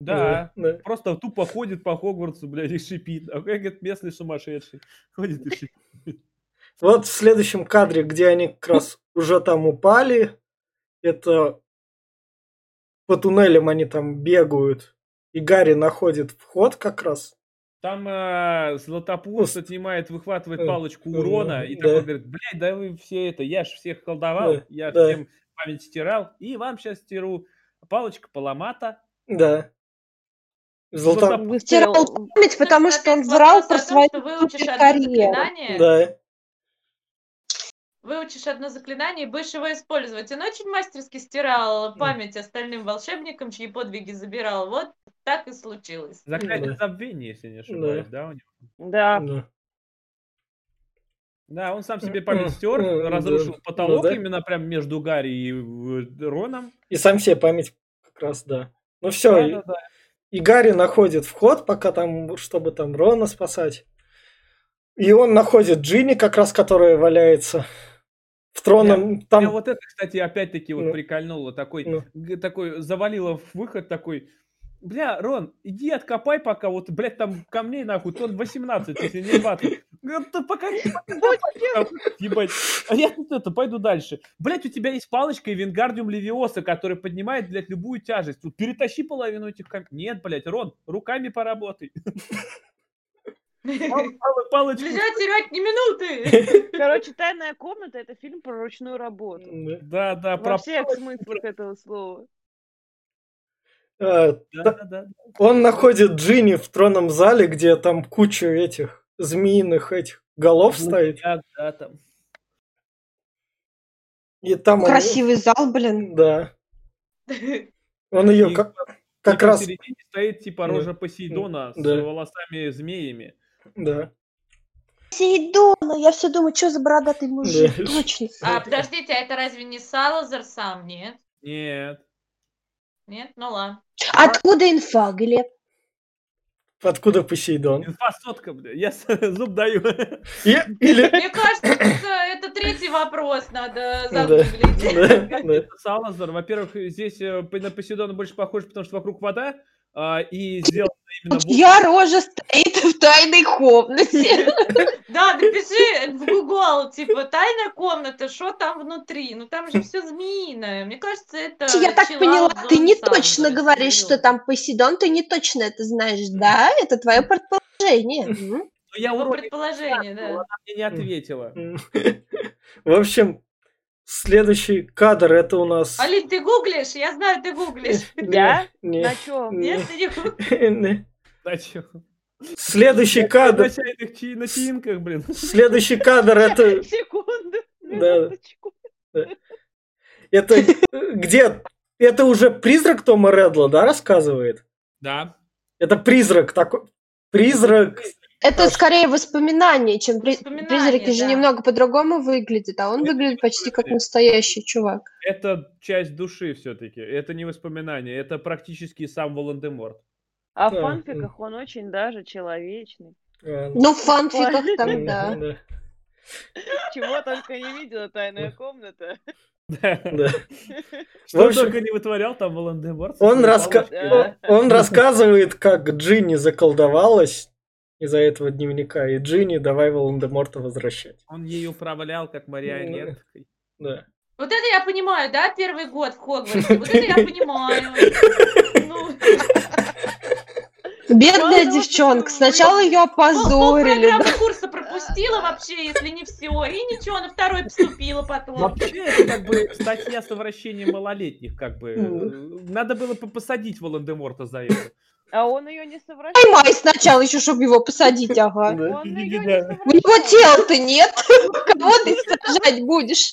Да. Ну, да. Просто тупо ходит по Хогвартсу, блядь, и шипит. А как говорит, местный сумасшедший. Ходит и шипит. Вот в следующем кадре, где они как раз уже там упали, это по туннелям они там бегают. И Гарри находит вход как раз. Там э, Златопуст отнимает, выхватывает Э, палочку э, урона и да. такой говорит, блядь, да вы все это, я ж всех колдовал, Да, я да. всем память стирал, и вам сейчас стиру. Палочка поломата. Да. Золото... Златопуст- Выстрел. Стирал память, потому что он Опять врал вопрос про о том, свою что выучишь одно карьеру. заклинание, Да. Выучишь одно заклинание и будешь его использовать. Он очень мастерски стирал память остальным волшебникам, чьи подвиги забирал. Вот так и случилось. Заклятие Ну Да. забвения, если не ошибаюсь, да, у него? Да. Да. Да, он сам себе М, память м, стер, м, да. разрушил Ну потолок да. именно прям между Гарри и э, Роном. И сам себе память как раз, да. Ну все, Да-да-да. И Гарри находит вход, пока там, чтобы там Рона спасать. И он находит Джинни, как раз которая валяется в троном. там Меня вот это, кстати, опять-таки вот Ну. прикольнуло. Такой, Ну. г- такой завалило в выход такой. Бля, Рон, иди откопай пока, вот, блядь, там камней нахуй, тот 18, если не 20. Говорит, «Да пока не покопай, ебать. А я тут это, пойду дальше. Блядь, у тебя есть палочка и вингардиум левиоса, который поднимает, блядь, любую тяжесть. Тут перетащи половину этих камней. Нет, блядь, Рон, руками поработай. Ну, Пал- пал- Палочку Нельзя терять ни минуты. Короче, «Тайная комната» — это фильм про ручную работу. Да, да, Во А про всех смыслах этого слова. э, Да, да, да. он находит Джинни в тронном зале, где там куча этих змеиных этих голов стоит. Да, да, там. И там он- Красивый зал, блин. да. Он ее И- как, И как раз. посередине стоит типа Да. рожа Посейдона с Да. волосами змеями. Да. Сидона, я все думаю, что за бородатый мужик, Да. точно. А, подождите, а это разве не Салазар сам? Нет? Нет. Нет? Ну ладно. Откуда инфа, Глеб? Откуда Посейдон? Инфа сотка, бля. Я с- зуб даю. И- или. Мне кажется, это это третий вопрос надо Да. загуглить. Да, да. Салазар, во-первых, здесь э, п- на Посейдона больше похож, потому что вокруг вода, а, и сделано именно... вот- Я рожа стоит в тайной комнате. Да, напиши в Google, типа, тайная комната, что там внутри? Ну там же все змеиное. Мне кажется, это... Я так chill out поняла, ты zone не саундер, точно говоришь, что серьёзно. там Посейдон, ты не точно это знаешь, да? Это твое предположение. Мгм. Но я Ну, вроде предположение, да. не ответила. В общем, Следующий кадр это у нас... Алин, ты гуглишь? Я знаю, ты гуглишь. Я? На Не, чем? Нет, ты не гуглишь. не. На чё? Следующий На кадр... чайных чи- на чаинках, блин. Следующий кадр это... Секунду. Да. минуточку. Это э, где? Это уже призрак Тома Редла, да, рассказывает? Да. Это призрак такой. Призрак. Это скорее воспоминание, чем при- Воспоминание, призраки же да. немного по-другому выглядят, а он Это выглядит почти как воспоминание. настоящий чувак. Это часть души все-таки. Это не воспоминание. Это практически сам Волан-де-Морт. А в Да, фанфиках он очень даже человечный. э, Ну, в фанфиках м, там, да. да, Чего только не видела тайная комната. да. Что В общем, только не вытворял, там Волан-де-Морт. со Он, своей раска- палочкой, да. о- он рассказывает, как Джинни заколдовалась из-за этого дневника, и Джинни давай Волан-де-Морта возвращать. Он ей управлял как марионеткой. Да. Вот это я понимаю, да, первый год в Хогвартсе? Вот это я понимаю. Ну, Бедная Ладно, девчонка. вот, Сначала ее пол- опозорили. полпрограммы курса пропустила вообще, если не все. И ничего, на второй поступила потом. Вообще, это как бы статья совращения малолетних, как бы. Ну. Надо было бы посадить Волан-де-Морта за это. А он ее не совращал. Поймай сначала еще, чтобы его посадить, ага. Да. Он ее Да. не совращал. У него тела-то нет. Кого ты сажать будешь?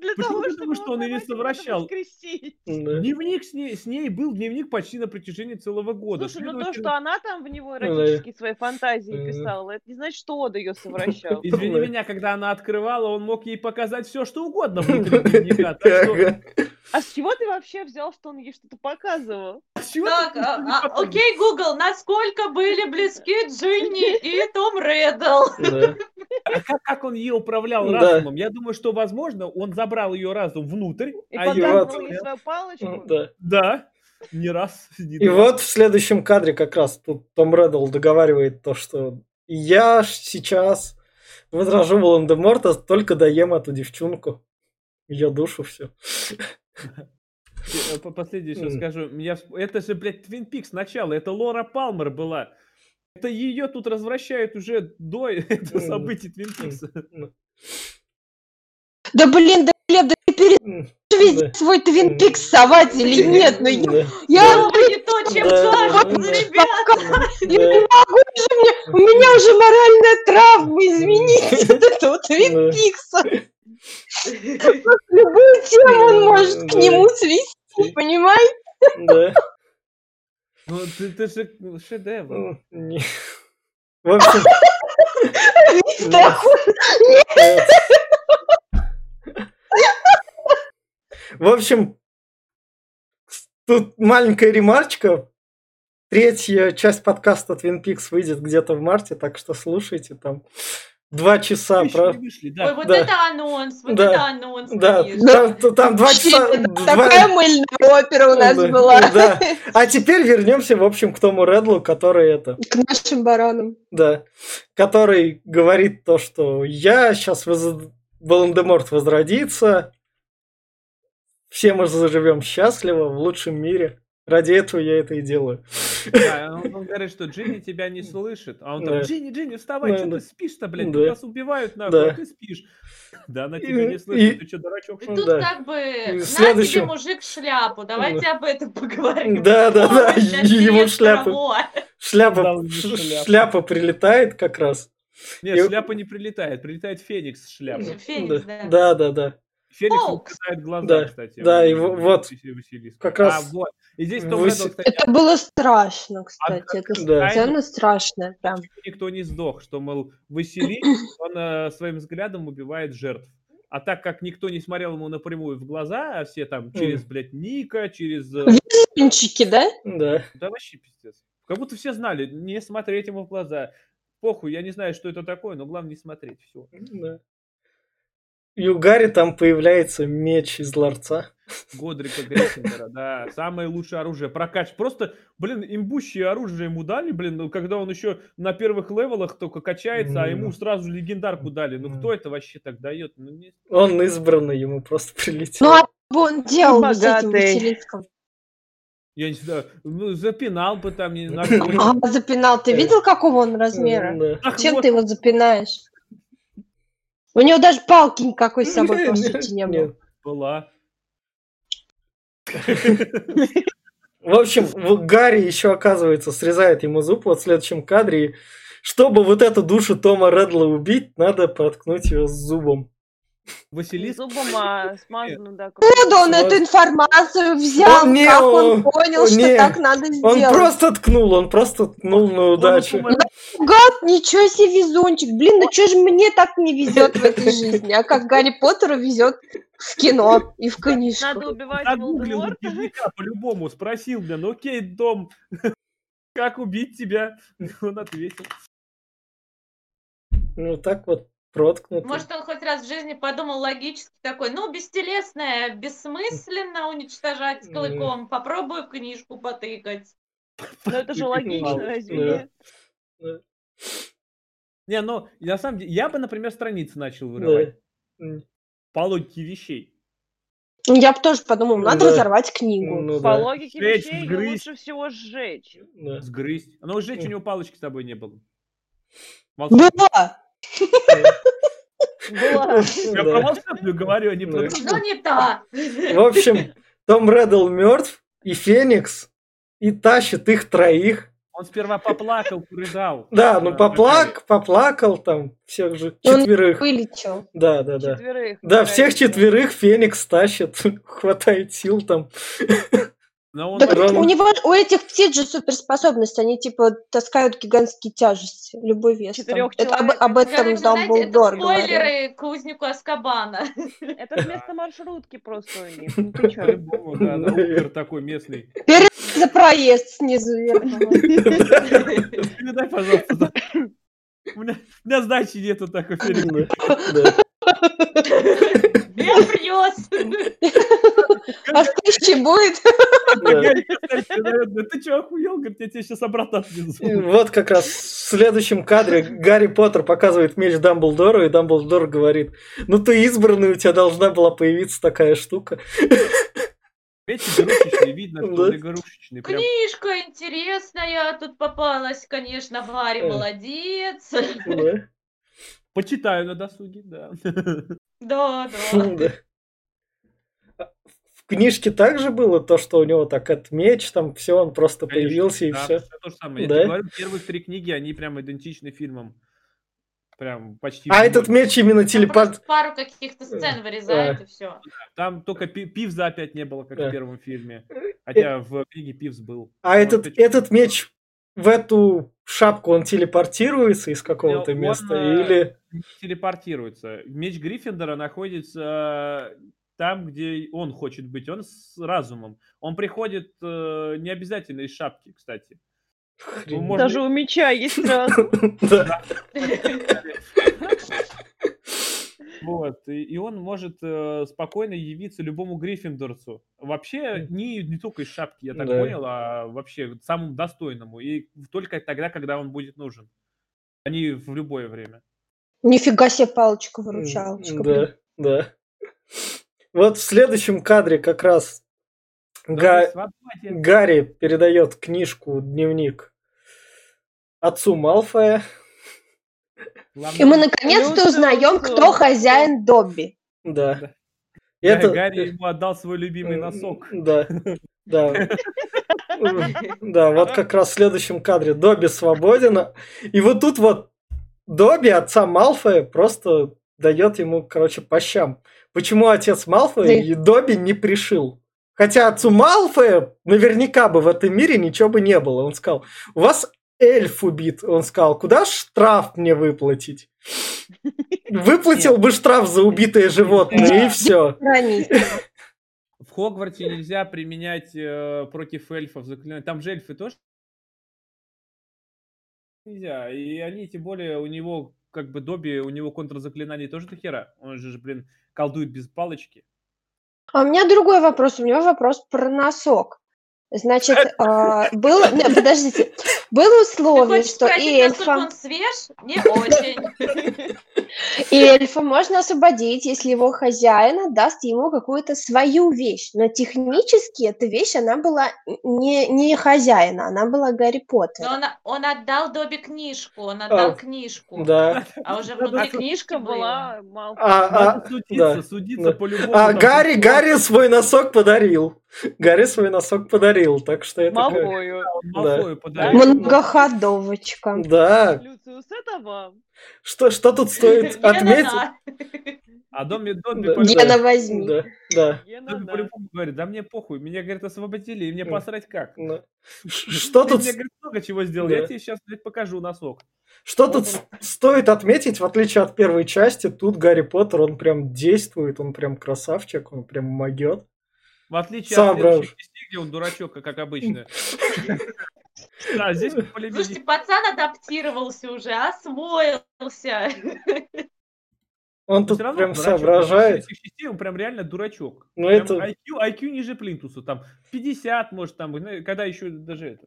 Для Почему? того, Ну, Потому чтобы что он ее не узнавать, его совращал. надо воскресить. Да. Дневник с ней, с ней был дневник почти на протяжении целого года. Слушай, ну то, Следовательно, что она там в него Ну да. эротические свои фантазии Мгм. писала, это не значит, что он ее совращал. Извини Ой. меня, когда она открывала, он мог ей показать все, что угодно внутри дневника. Так что, Ага. А с чего ты вообще взял, что он ей что-то показывал? чего Так, ты а- не а- показываешь? окей, Google, насколько были близки Джинни и Том Реддл? Да. А как, как он ей управлял Да. разумом? Я думаю, что, возможно, он забрал ее разум внутрь, И а её показывал отцу- ей ее... свою палочку? Ну Да. Да, не раз, не И два. вот в следующем кадре как раз тут Том Реддл договаривает то, что я ж сейчас возражу Волан-де-Морта, только доем эту девчонку. Ее душу все. Э, по- Последнее еще М. скажу. Я всп- Это же, блядь, Твин Пикс сначала. Это Лора Палмер была. Это ее тут развращают уже до этого М. событий Твин Пикса. Да блин, да Глеб, да ты перед свой Твин Пикс совать или нет? Ну я- я, Ну, вы не то, чем Да, кажется, да. ребят. я не могу уже, мне- у меня уже моральная травма, извините, от этого Да. Твин Пикса. Любую тему он может к Да. нему свести, понимаете? Да. Ну, ты, ты же ну, шедевр. Ну, не. В общем, Да, Нет. В общем, с- тут маленькая ремарочка. Третья часть подкаста Twin Peaks выйдет где-то в марте, так что слушайте там. Два часа, Еще про- не вышли, да. Ой, вот Да. это анонс, вот Да. это анонс. Да, конечно. там, т- там два вообще, часа. это два- Ну Такая мыльная опера у нас Да, была. да. А теперь вернемся, в общем, к тому Редлу, который это, К нашим баранам. да, который говорит то, что я сейчас Волан-де-Морт возродится, все мы заживем счастливо в лучшем мире. Ради этого я это и делаю. Да, он, он говорит, что Джинни тебя не слышит. А он Да. там, Джинни, Джинни, вставай, Да, что да. ты спишь-то, блядь? Да. Нас убивают нахуй, Да. а ты спишь. Да, она И- тебя и- не слышит. Ты что, дурачок? И что ли? Тут Да. как бы, на тебе, следующем. мужик, шляпу, давайте об этом поговорим. Да, да, да, Помощь его от директора шляпы. Во. Шляпа, Дал ему ш- шляпу. шляпа прилетает как раз. Нет, и- шляпа не прилетает. Прилетает Феникс с шляпой. Феникс, да. да, да, да. Феникс Оу. ему кусает глаза, Да, кстати. да, он- и во- вот Василий- Василиск. как раз А, вот. И здесь Том Васи- Реддл, кстати, Это было А страшно, кстати. Это Да. сцена страшная прям. почему никто не сдох, что, мол, Василий, он э, своим взглядом убивает жертв. А так как никто не смотрел ему напрямую в глаза, а все там через, блядь, Ника, через... э, Кинчики, да? Да. Да вообще пиздец. Как будто все знали, не смотреть ему в глаза. Похуй, я не знаю, что это такое, но главное не смотреть. Все. да. И у Гарри там появляется меч из ларца. Годрика Грессингера, да, самое лучшее оружие. Прокач. Просто, блин, имбущее оружие ему дали, блин, ну, когда он еще на первых левелах только качается, а ему Мгм. сразу легендарку дали. Ну, кто это вообще так дает? Ну, не- Он избранный, ему просто прилетел. Ну а бы он делал И с этим богатый. Василиском? я Я не знаю, ну, запинал бы там, не знаю. А, запинал. Ты Да. видел, какого он размера? Да. Ах, Чем вот, ты его запинаешь? У него даже палки никакой с собой, по сути, не было. Нет. была. В общем, в- Гарри еще, оказывается, срезает ему зуб вот в следующем кадре. И чтобы вот эту душу Тома Редла убить, надо проткнуть ее зубом. Не Ну, Василиск. зубом, а смазанным, да. Откуда он Вот. эту информацию взял? Он не- как он он- понял, он что не- так надо Он сделать? просто ткнул, он просто ткнул на удачу. Он упомя- Гад, ничего себе везунчик. Блин, ну что же мне так не везет в этой жизни? А как Гарри Поттеру везет в кино и в Надо книжку. убивать Загуглил Волдеморта. бедняка по-любому, спросил, блин, ну, окей, Дом, как убить тебя? Он ответил. Ну так вот проткнут. Может, он хоть раз в жизни подумал логически такой, ну, бестелесное, бессмысленно уничтожать М. клыком, попробую в книжку потыкать. Ну это же Мало, логично, разве да. нет? Не, ну, и на самом деле, я бы, например, страницы начал вырывать. М, По логике вещей. Я бы тоже подумал, надо Да. разорвать книгу. Ну По да, логике Сжечь, вещей её сгрызть. лучше всего сжечь. да. Сгрызть. Но сжечь у него палочки с тобой не было. Ну. Ну, Волшеб- Была. Была. Я про волшебную говорю, а не про Да. другую. Ну, не та. В общем, Том Реддл мертв, и Феникс, и тащит их троих. Он сперва поплакал, порыдал. Да, ну Э, поплак, поплакал там всех же Он четверых. вылетел. Да, да, да. Четверых. Да, правильно. всех четверых Феникс тащит, хватает сил там. Но он Так Ром- у него, у этих птиц же суперспособность, они типа таскают гигантские тяжести, любой вес. там. Четырёх Это об, человек. об этом Короче, знаете, это Дамблдор говорил. спойлеры к узнику Аскабана. Это вместо маршрутки просто у них. Ну ты чё? по-любому, да, да, Убер такой местный. За проезд снизу вверх. Передай, пожалуйста. да. У меня, у меня сдачи нету такой фильм. Да, да. Я привез. А в тысяче будет? Да. Ты чё, охуел? Говорит, я тебе сейчас обратно отвезу. И вот как раз в следующем кадре Гарри Поттер показывает меч Дамблдору, и Дамблдор говорит, ну ты избранный, у тебя должна была появиться такая штука. Эти игрушечные, видно, что он Да. игрушечный. Прям Книжка интересная тут попалась, конечно, Гарри Э. молодец. Да, почитаю на досуге, да. Да, да. да. А В книжке также было то, что у него так от меч, там все, он просто Конечно, появился и Да, все. всё то же самое. Я Да. тебе говорю, первые три книги, они прям идентичны фильмам. Прям почти. А вплоть. этот меч именно Он телепат... просто пару каких-то сцен вырезает и все. Там только пи- Пивза опять не было, как Да. Э, в первом фильме. Хотя в книге Пивз был. А Он этот, опять- этот меч в эту шапку он телепортируется из какого-то он, места? э, Или... телепортируется. Меч Гриффиндора находится э, там, где он хочет быть. Он с разумом. Он приходит э, не обязательно из шапки, кстати. Хрен. можно- Даже у меча есть разум. Да. Вот. И, и он может э, спокойно явиться любому Гриффиндорцу. Вообще, не, не только из шапки, я так Да. понял, а вообще самому достойному. И только тогда, когда он будет нужен. Они в любое время. Нифига себе М, палочка-выручалочка. блин. Да, да. Вот в следующем кадре как раз Но Га- при свободе- Гарри передает книжку, дневник отцу Малфоя. главное- И мы наконец-то Люциус, узнаем, кто Люциус. хозяин Добби. Да. Да. Га- Гарри ему отдал свой любимый М, носок. Да, да. Да, вот как раз в следующем кадре Добби свободен. И вот тут вот Добби, отца Малфоя, просто дает ему, короче, по щам. Почему отец Малфоя Да. и Добби не пришил? Хотя отцу Малфоя наверняка бы в этом мире ничего бы не было. Он сказал, у вас эльф убит. Он сказал, куда штраф мне выплатить? Выплатил бы штраф за убитое животное, и все. Хранитель. В Хогвартсе нельзя применять э, против эльфов заклинания. Там же эльфы тоже нельзя. И они, тем более, у него, как бы Добби, у него контрзаклинаний тоже до хера. Он же, ж, блин, колдует без палочки. А у меня другой вопрос. У меня вопрос про носок. Значит, а, было... Не, подождите. Было Ты условие, хочешь что спросить, и насколько эльфам, он свеж? Не очень. и И эльфа можно освободить, если его хозяин отдаст ему какую-то свою вещь. Но технически эта вещь, она была не, не хозяина, она была Гарри Но Поттера. он, он отдал Добби книжку, он отдал А, книжку. Да. А уже внутри книжка Книжка была. была Малфой. А, а, Надо судиться, да. судиться да. по-любому. А там Гарри, будет Гарри свой носок подарил. Гарри свой носок подарил, так что это... как- Малфою. Малфою подарил. Многоходовочка. Да. Люциус, это вам. Что, что тут стоит Гена, отметить? на. А Добби, Добби Да. по-любому- Гена, возьми. Да, да. Гена, Добби на. по-любому говорит, да мне похуй, меня, говорит, освободили, и мне Да. посрать как. да. Ну, Ш- Что Ты тут мне, говорит, много чего сделал, я Да. тебе сейчас, блядь, покажу носок. Что тут с- стоит отметить, в отличие от первой части, тут Гарри Поттер, он прям действует, он прям красавчик, он прям могет. В отличие Сам от следующей брал. части, где он дурачок, как, как обычно. Да, здесь мы полюбили- Слушайте, пацан адаптировался уже, освоился. Он но тут всё равно прям дурачок. соображает. Из этих частей он прям реально дурачок. Ну, Прям это- IQ, IQ ниже плинтуса, там 50, может, там, ну, когда еще даже это,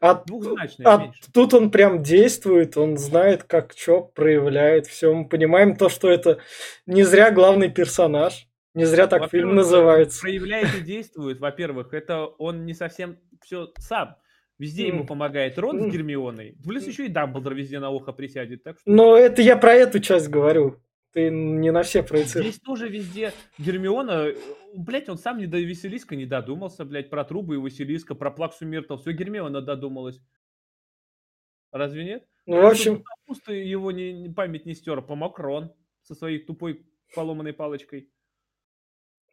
А, двухзначное а Ну, меньше. тут он прям действует, он знает, как что проявляет. Все, мы понимаем то, что это не зря главный персонаж, не зря так фильм Во-первых, называется. Проявляет и действует, во-первых, это он не совсем все сам. Везде ему Мгм. помогает Рон Мгм. с Гермионой. Плюс еще и Дамблдор везде на ухо присядет. Так что Но это я про эту часть говорю. Ты не на все проецируешь. здесь тоже везде Гермиона. Блять, он сам не до Василиска не додумался, блять, про трубы и Василиска, про плаксу Миртл. Все Гермиона додумалась. Разве нет? Ну, в общем, Пусто его не, не- память не стер. Помог Рон со своей тупой поломанной палочкой.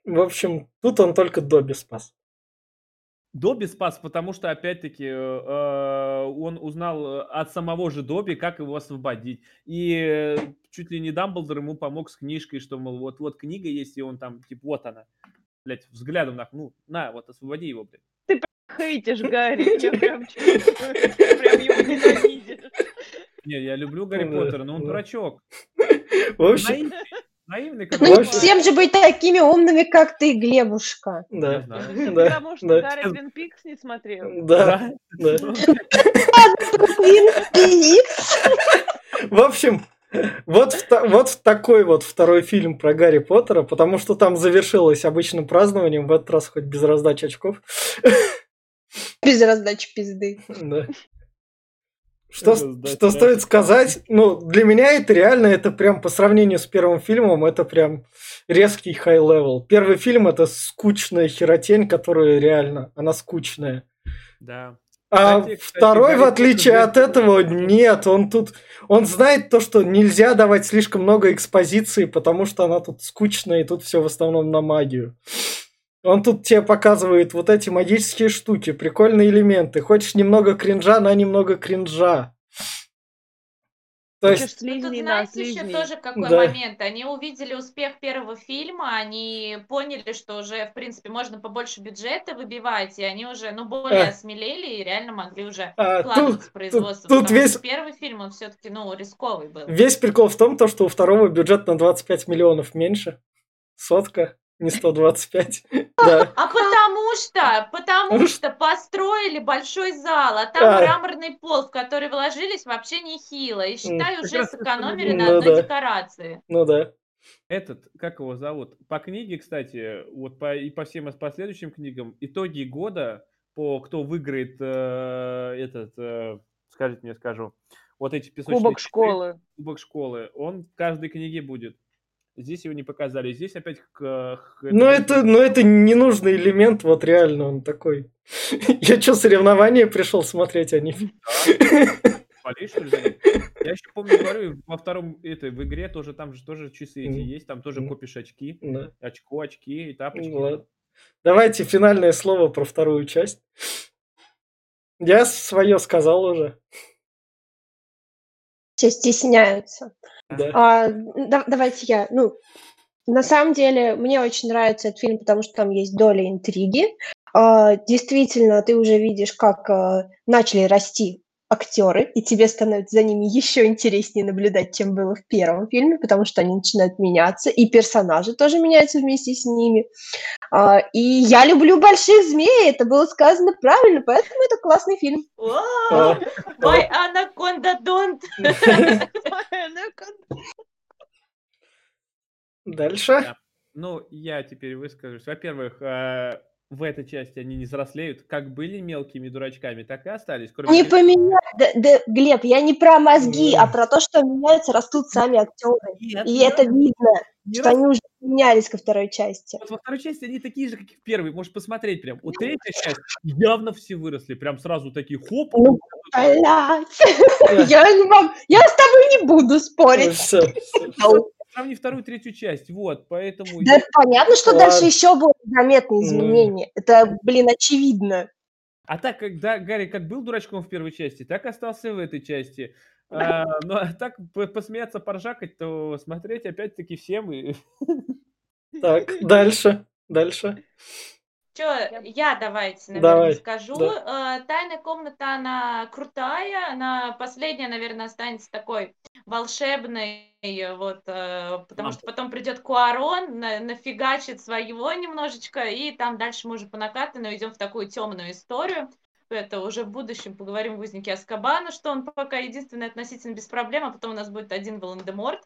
в общем, тут он только Добби спас. Добби спас, потому что, опять-таки, э, э, он узнал э, от самого же Добби, как его освободить. И э, чуть ли не Дамблдор ему помог с книжкой, что, мол, вот-вот книга есть, и он там, типа, вот она. Блять, взглядом на, ну, на, вот, освободи его, блядь. Хейтишь, Гарри. Я прям чувствую, ты прям его ненавидишь. Не, я люблю Гарри Ну да, Поттера, но он да. дурачок. В Ну, общем, Наивный, наивный, как Ну не Вообще- всем же быть такими умными, как ты, Глебушка. Я да. знаю. Да, Потому что да, Ну, Гарри Твин Пикс не смотрел. да, да. И В общем, вот, в та- вот в такой вот второй фильм про Гарри Поттера, потому что там завершилось обычным празднованием, в этот раз хоть без раздачи очков. без раздачи пизды. Да. Что, с- Раздача что стоит сказать, ну, для меня это реально, это прям по сравнению с первым фильмом, это прям резкий хай-левел. Первый фильм это скучная херотень, которая реально, она скучная. Да. А Кстати, кстати, второй, Гарри в Поттер отличие от жертва. этого, нет, он тут, он знает то, что нельзя давать слишком много экспозиции, потому что она тут скучная, и тут все в основном на магию. Он тут тебе показывает вот эти магические штуки, прикольные элементы. Хочешь немного кринжа, на немного кринжа. То Хочешь есть, Ну, тут слизней на знаете еще слизней. тоже какой Да. момент. Они увидели успех первого фильма, они поняли, что уже, в принципе, можно побольше бюджета выбивать, и они уже, ну, более Э. осмелели и реально могли уже а, тут, вкладывать в производство. тут потому весь- что первый фильм, он все-таки, ну, рисковый был. весь прикол в том, то, что у второго бюджет на 25 миллионов меньше. Сотка, не 125. Да. А потому что, потому Ну, что построили большой зал, а там А. мраморный пол, в который вложились вообще нехило. И считай, Как уже раз это сэкономили на Ну да. одной декорации. Ну да. Этот, как его зовут? По книге, кстати, вот по, и по всем последующим книгам, итоги года, по кто выиграет э, этот, э, скажите мне, скажу, вот эти песочные Кубок часы, школы. Кубок школы, он в каждой книге будет. Здесь его не показали, здесь опять... к- э, к- Ну это, ну это ненужный элемент, вот реально он такой. Я что, соревнования пришел смотреть, а не фильм? Болеешь, что ли, за них? Я еще помню, говорю, во втором, этой, в игре тоже там же тоже часы эти Мгм. есть, там тоже Мгм. копишь очки, Да. очко, очки и тапочки. Ну ладно. Давайте финальное слово про вторую часть. Я свое сказал уже. Все стесняются. Да. А, да- давайте я. Ну, на самом деле, мне очень нравится этот фильм, потому что там есть доля интриги. А, действительно, ты уже видишь, как а, начали расти актеры, и тебе становится за ними еще интереснее наблюдать, чем было в первом фильме, потому что они начинают меняться, и персонажи тоже меняются вместе с ними. А, и я люблю больших змей, это было сказано правильно, поэтому это классный фильм. О, А, Мой анаконда донт. Анаконда. Дальше. Да. Ну, я теперь выскажусь. Во-первых, э, в этой части они не взрослеют. Как были мелкими дурачками, так и остались. Кроме Не Гри- поменять, да- да, Глеб, я не про мозги, М. а про то, что меняются, растут сами актеры. Нет, И не это раз- видно, не что раз- они уже менялись ко второй части. Вот во второй части они такие же, как и в первой. Можешь посмотреть прям. Вот третья часть явно все выросли. Прям сразу такие хоп. и Ну, вот это вот. Блядь, Э, я не могу, я с тобой не буду ну, спорить. всё, всё. Сравни вторую, третью часть. Вот, поэтому... Да, я- понятно, что Ладно. дальше еще будут Ну. заметные изменения. Это, блин, очевидно. А так как да, Гарри как был дурачком в первой части, так и остался и в этой части. А, ну, а так по- посмеяться, поржакать, то смотреть опять-таки всем. И... Так, дальше. Дальше. Че, я давайте, наверное, Давай, скажу. Э, Тайная комната, она крутая, она последняя, наверное, останется такой волшебной, э, вот, э, потому Нам. что потом придет Куарон, на- нафигачит своего немножечко, и там дальше мы уже по накатанной идем в такую темную историю. Это уже в будущем поговорим в «Узнике Аскабана», что он пока единственный относительно без проблем, а потом у нас будет один Волан-де-Морт.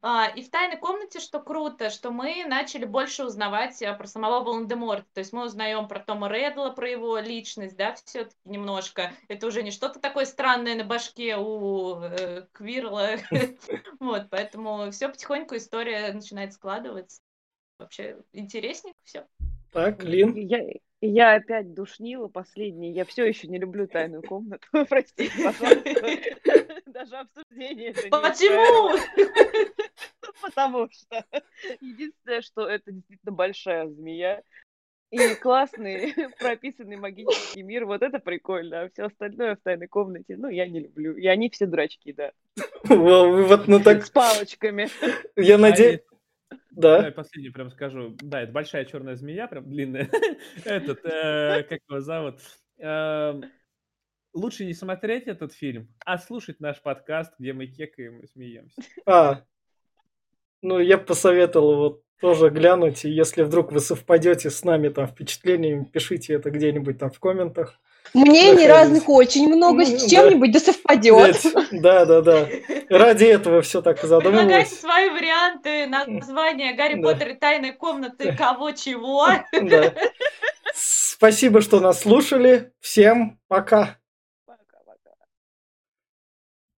А, И в тайной комнате, что круто, что мы начали больше узнавать а, про самого Волан-де-Морта. То есть мы узнаем про Тома Реддла, про его личность, да, все-таки немножко. Это уже не что-то такое странное на башке у э, Квирла. Вот, поэтому все потихоньку история начинает складываться. Вообще интересненько все. Так, Лин. Я, я опять душнила последний. Я все еще не люблю тайную комнату. Простите, пожалуйста. Даже обсуждение это не Почему? Ну, Потому что единственное, что это действительно большая змея. И классный прописанный магический мир, вот это прикольно, а все остальное в тайной комнате, ну, я не люблю. И они все дурачки, да. Во, Вот на так. С палочками. Я надеюсь. Давай а Да. последнюю Э, прям скажу. Да, это большая черная змея, прям длинная. Этот, э, как его зовут? Эм, Лучше не смотреть этот фильм, а слушать наш подкаст, где мы кекаем и смеемся. А. Ну, я бы посоветовал его тоже глянуть. И если вдруг вы совпадете с нами там впечатлениями, пишите это где-нибудь там в комментах. Мнений Заходите. разных очень много, с Ну, чем-нибудь да совпадет. Да, да, да. Ради этого все так и Предлагайте задумывалось. свои варианты названия «Гарри Да. Поттер и тайной комнаты» кого чего. Да. Спасибо, что нас слушали. Всем пока.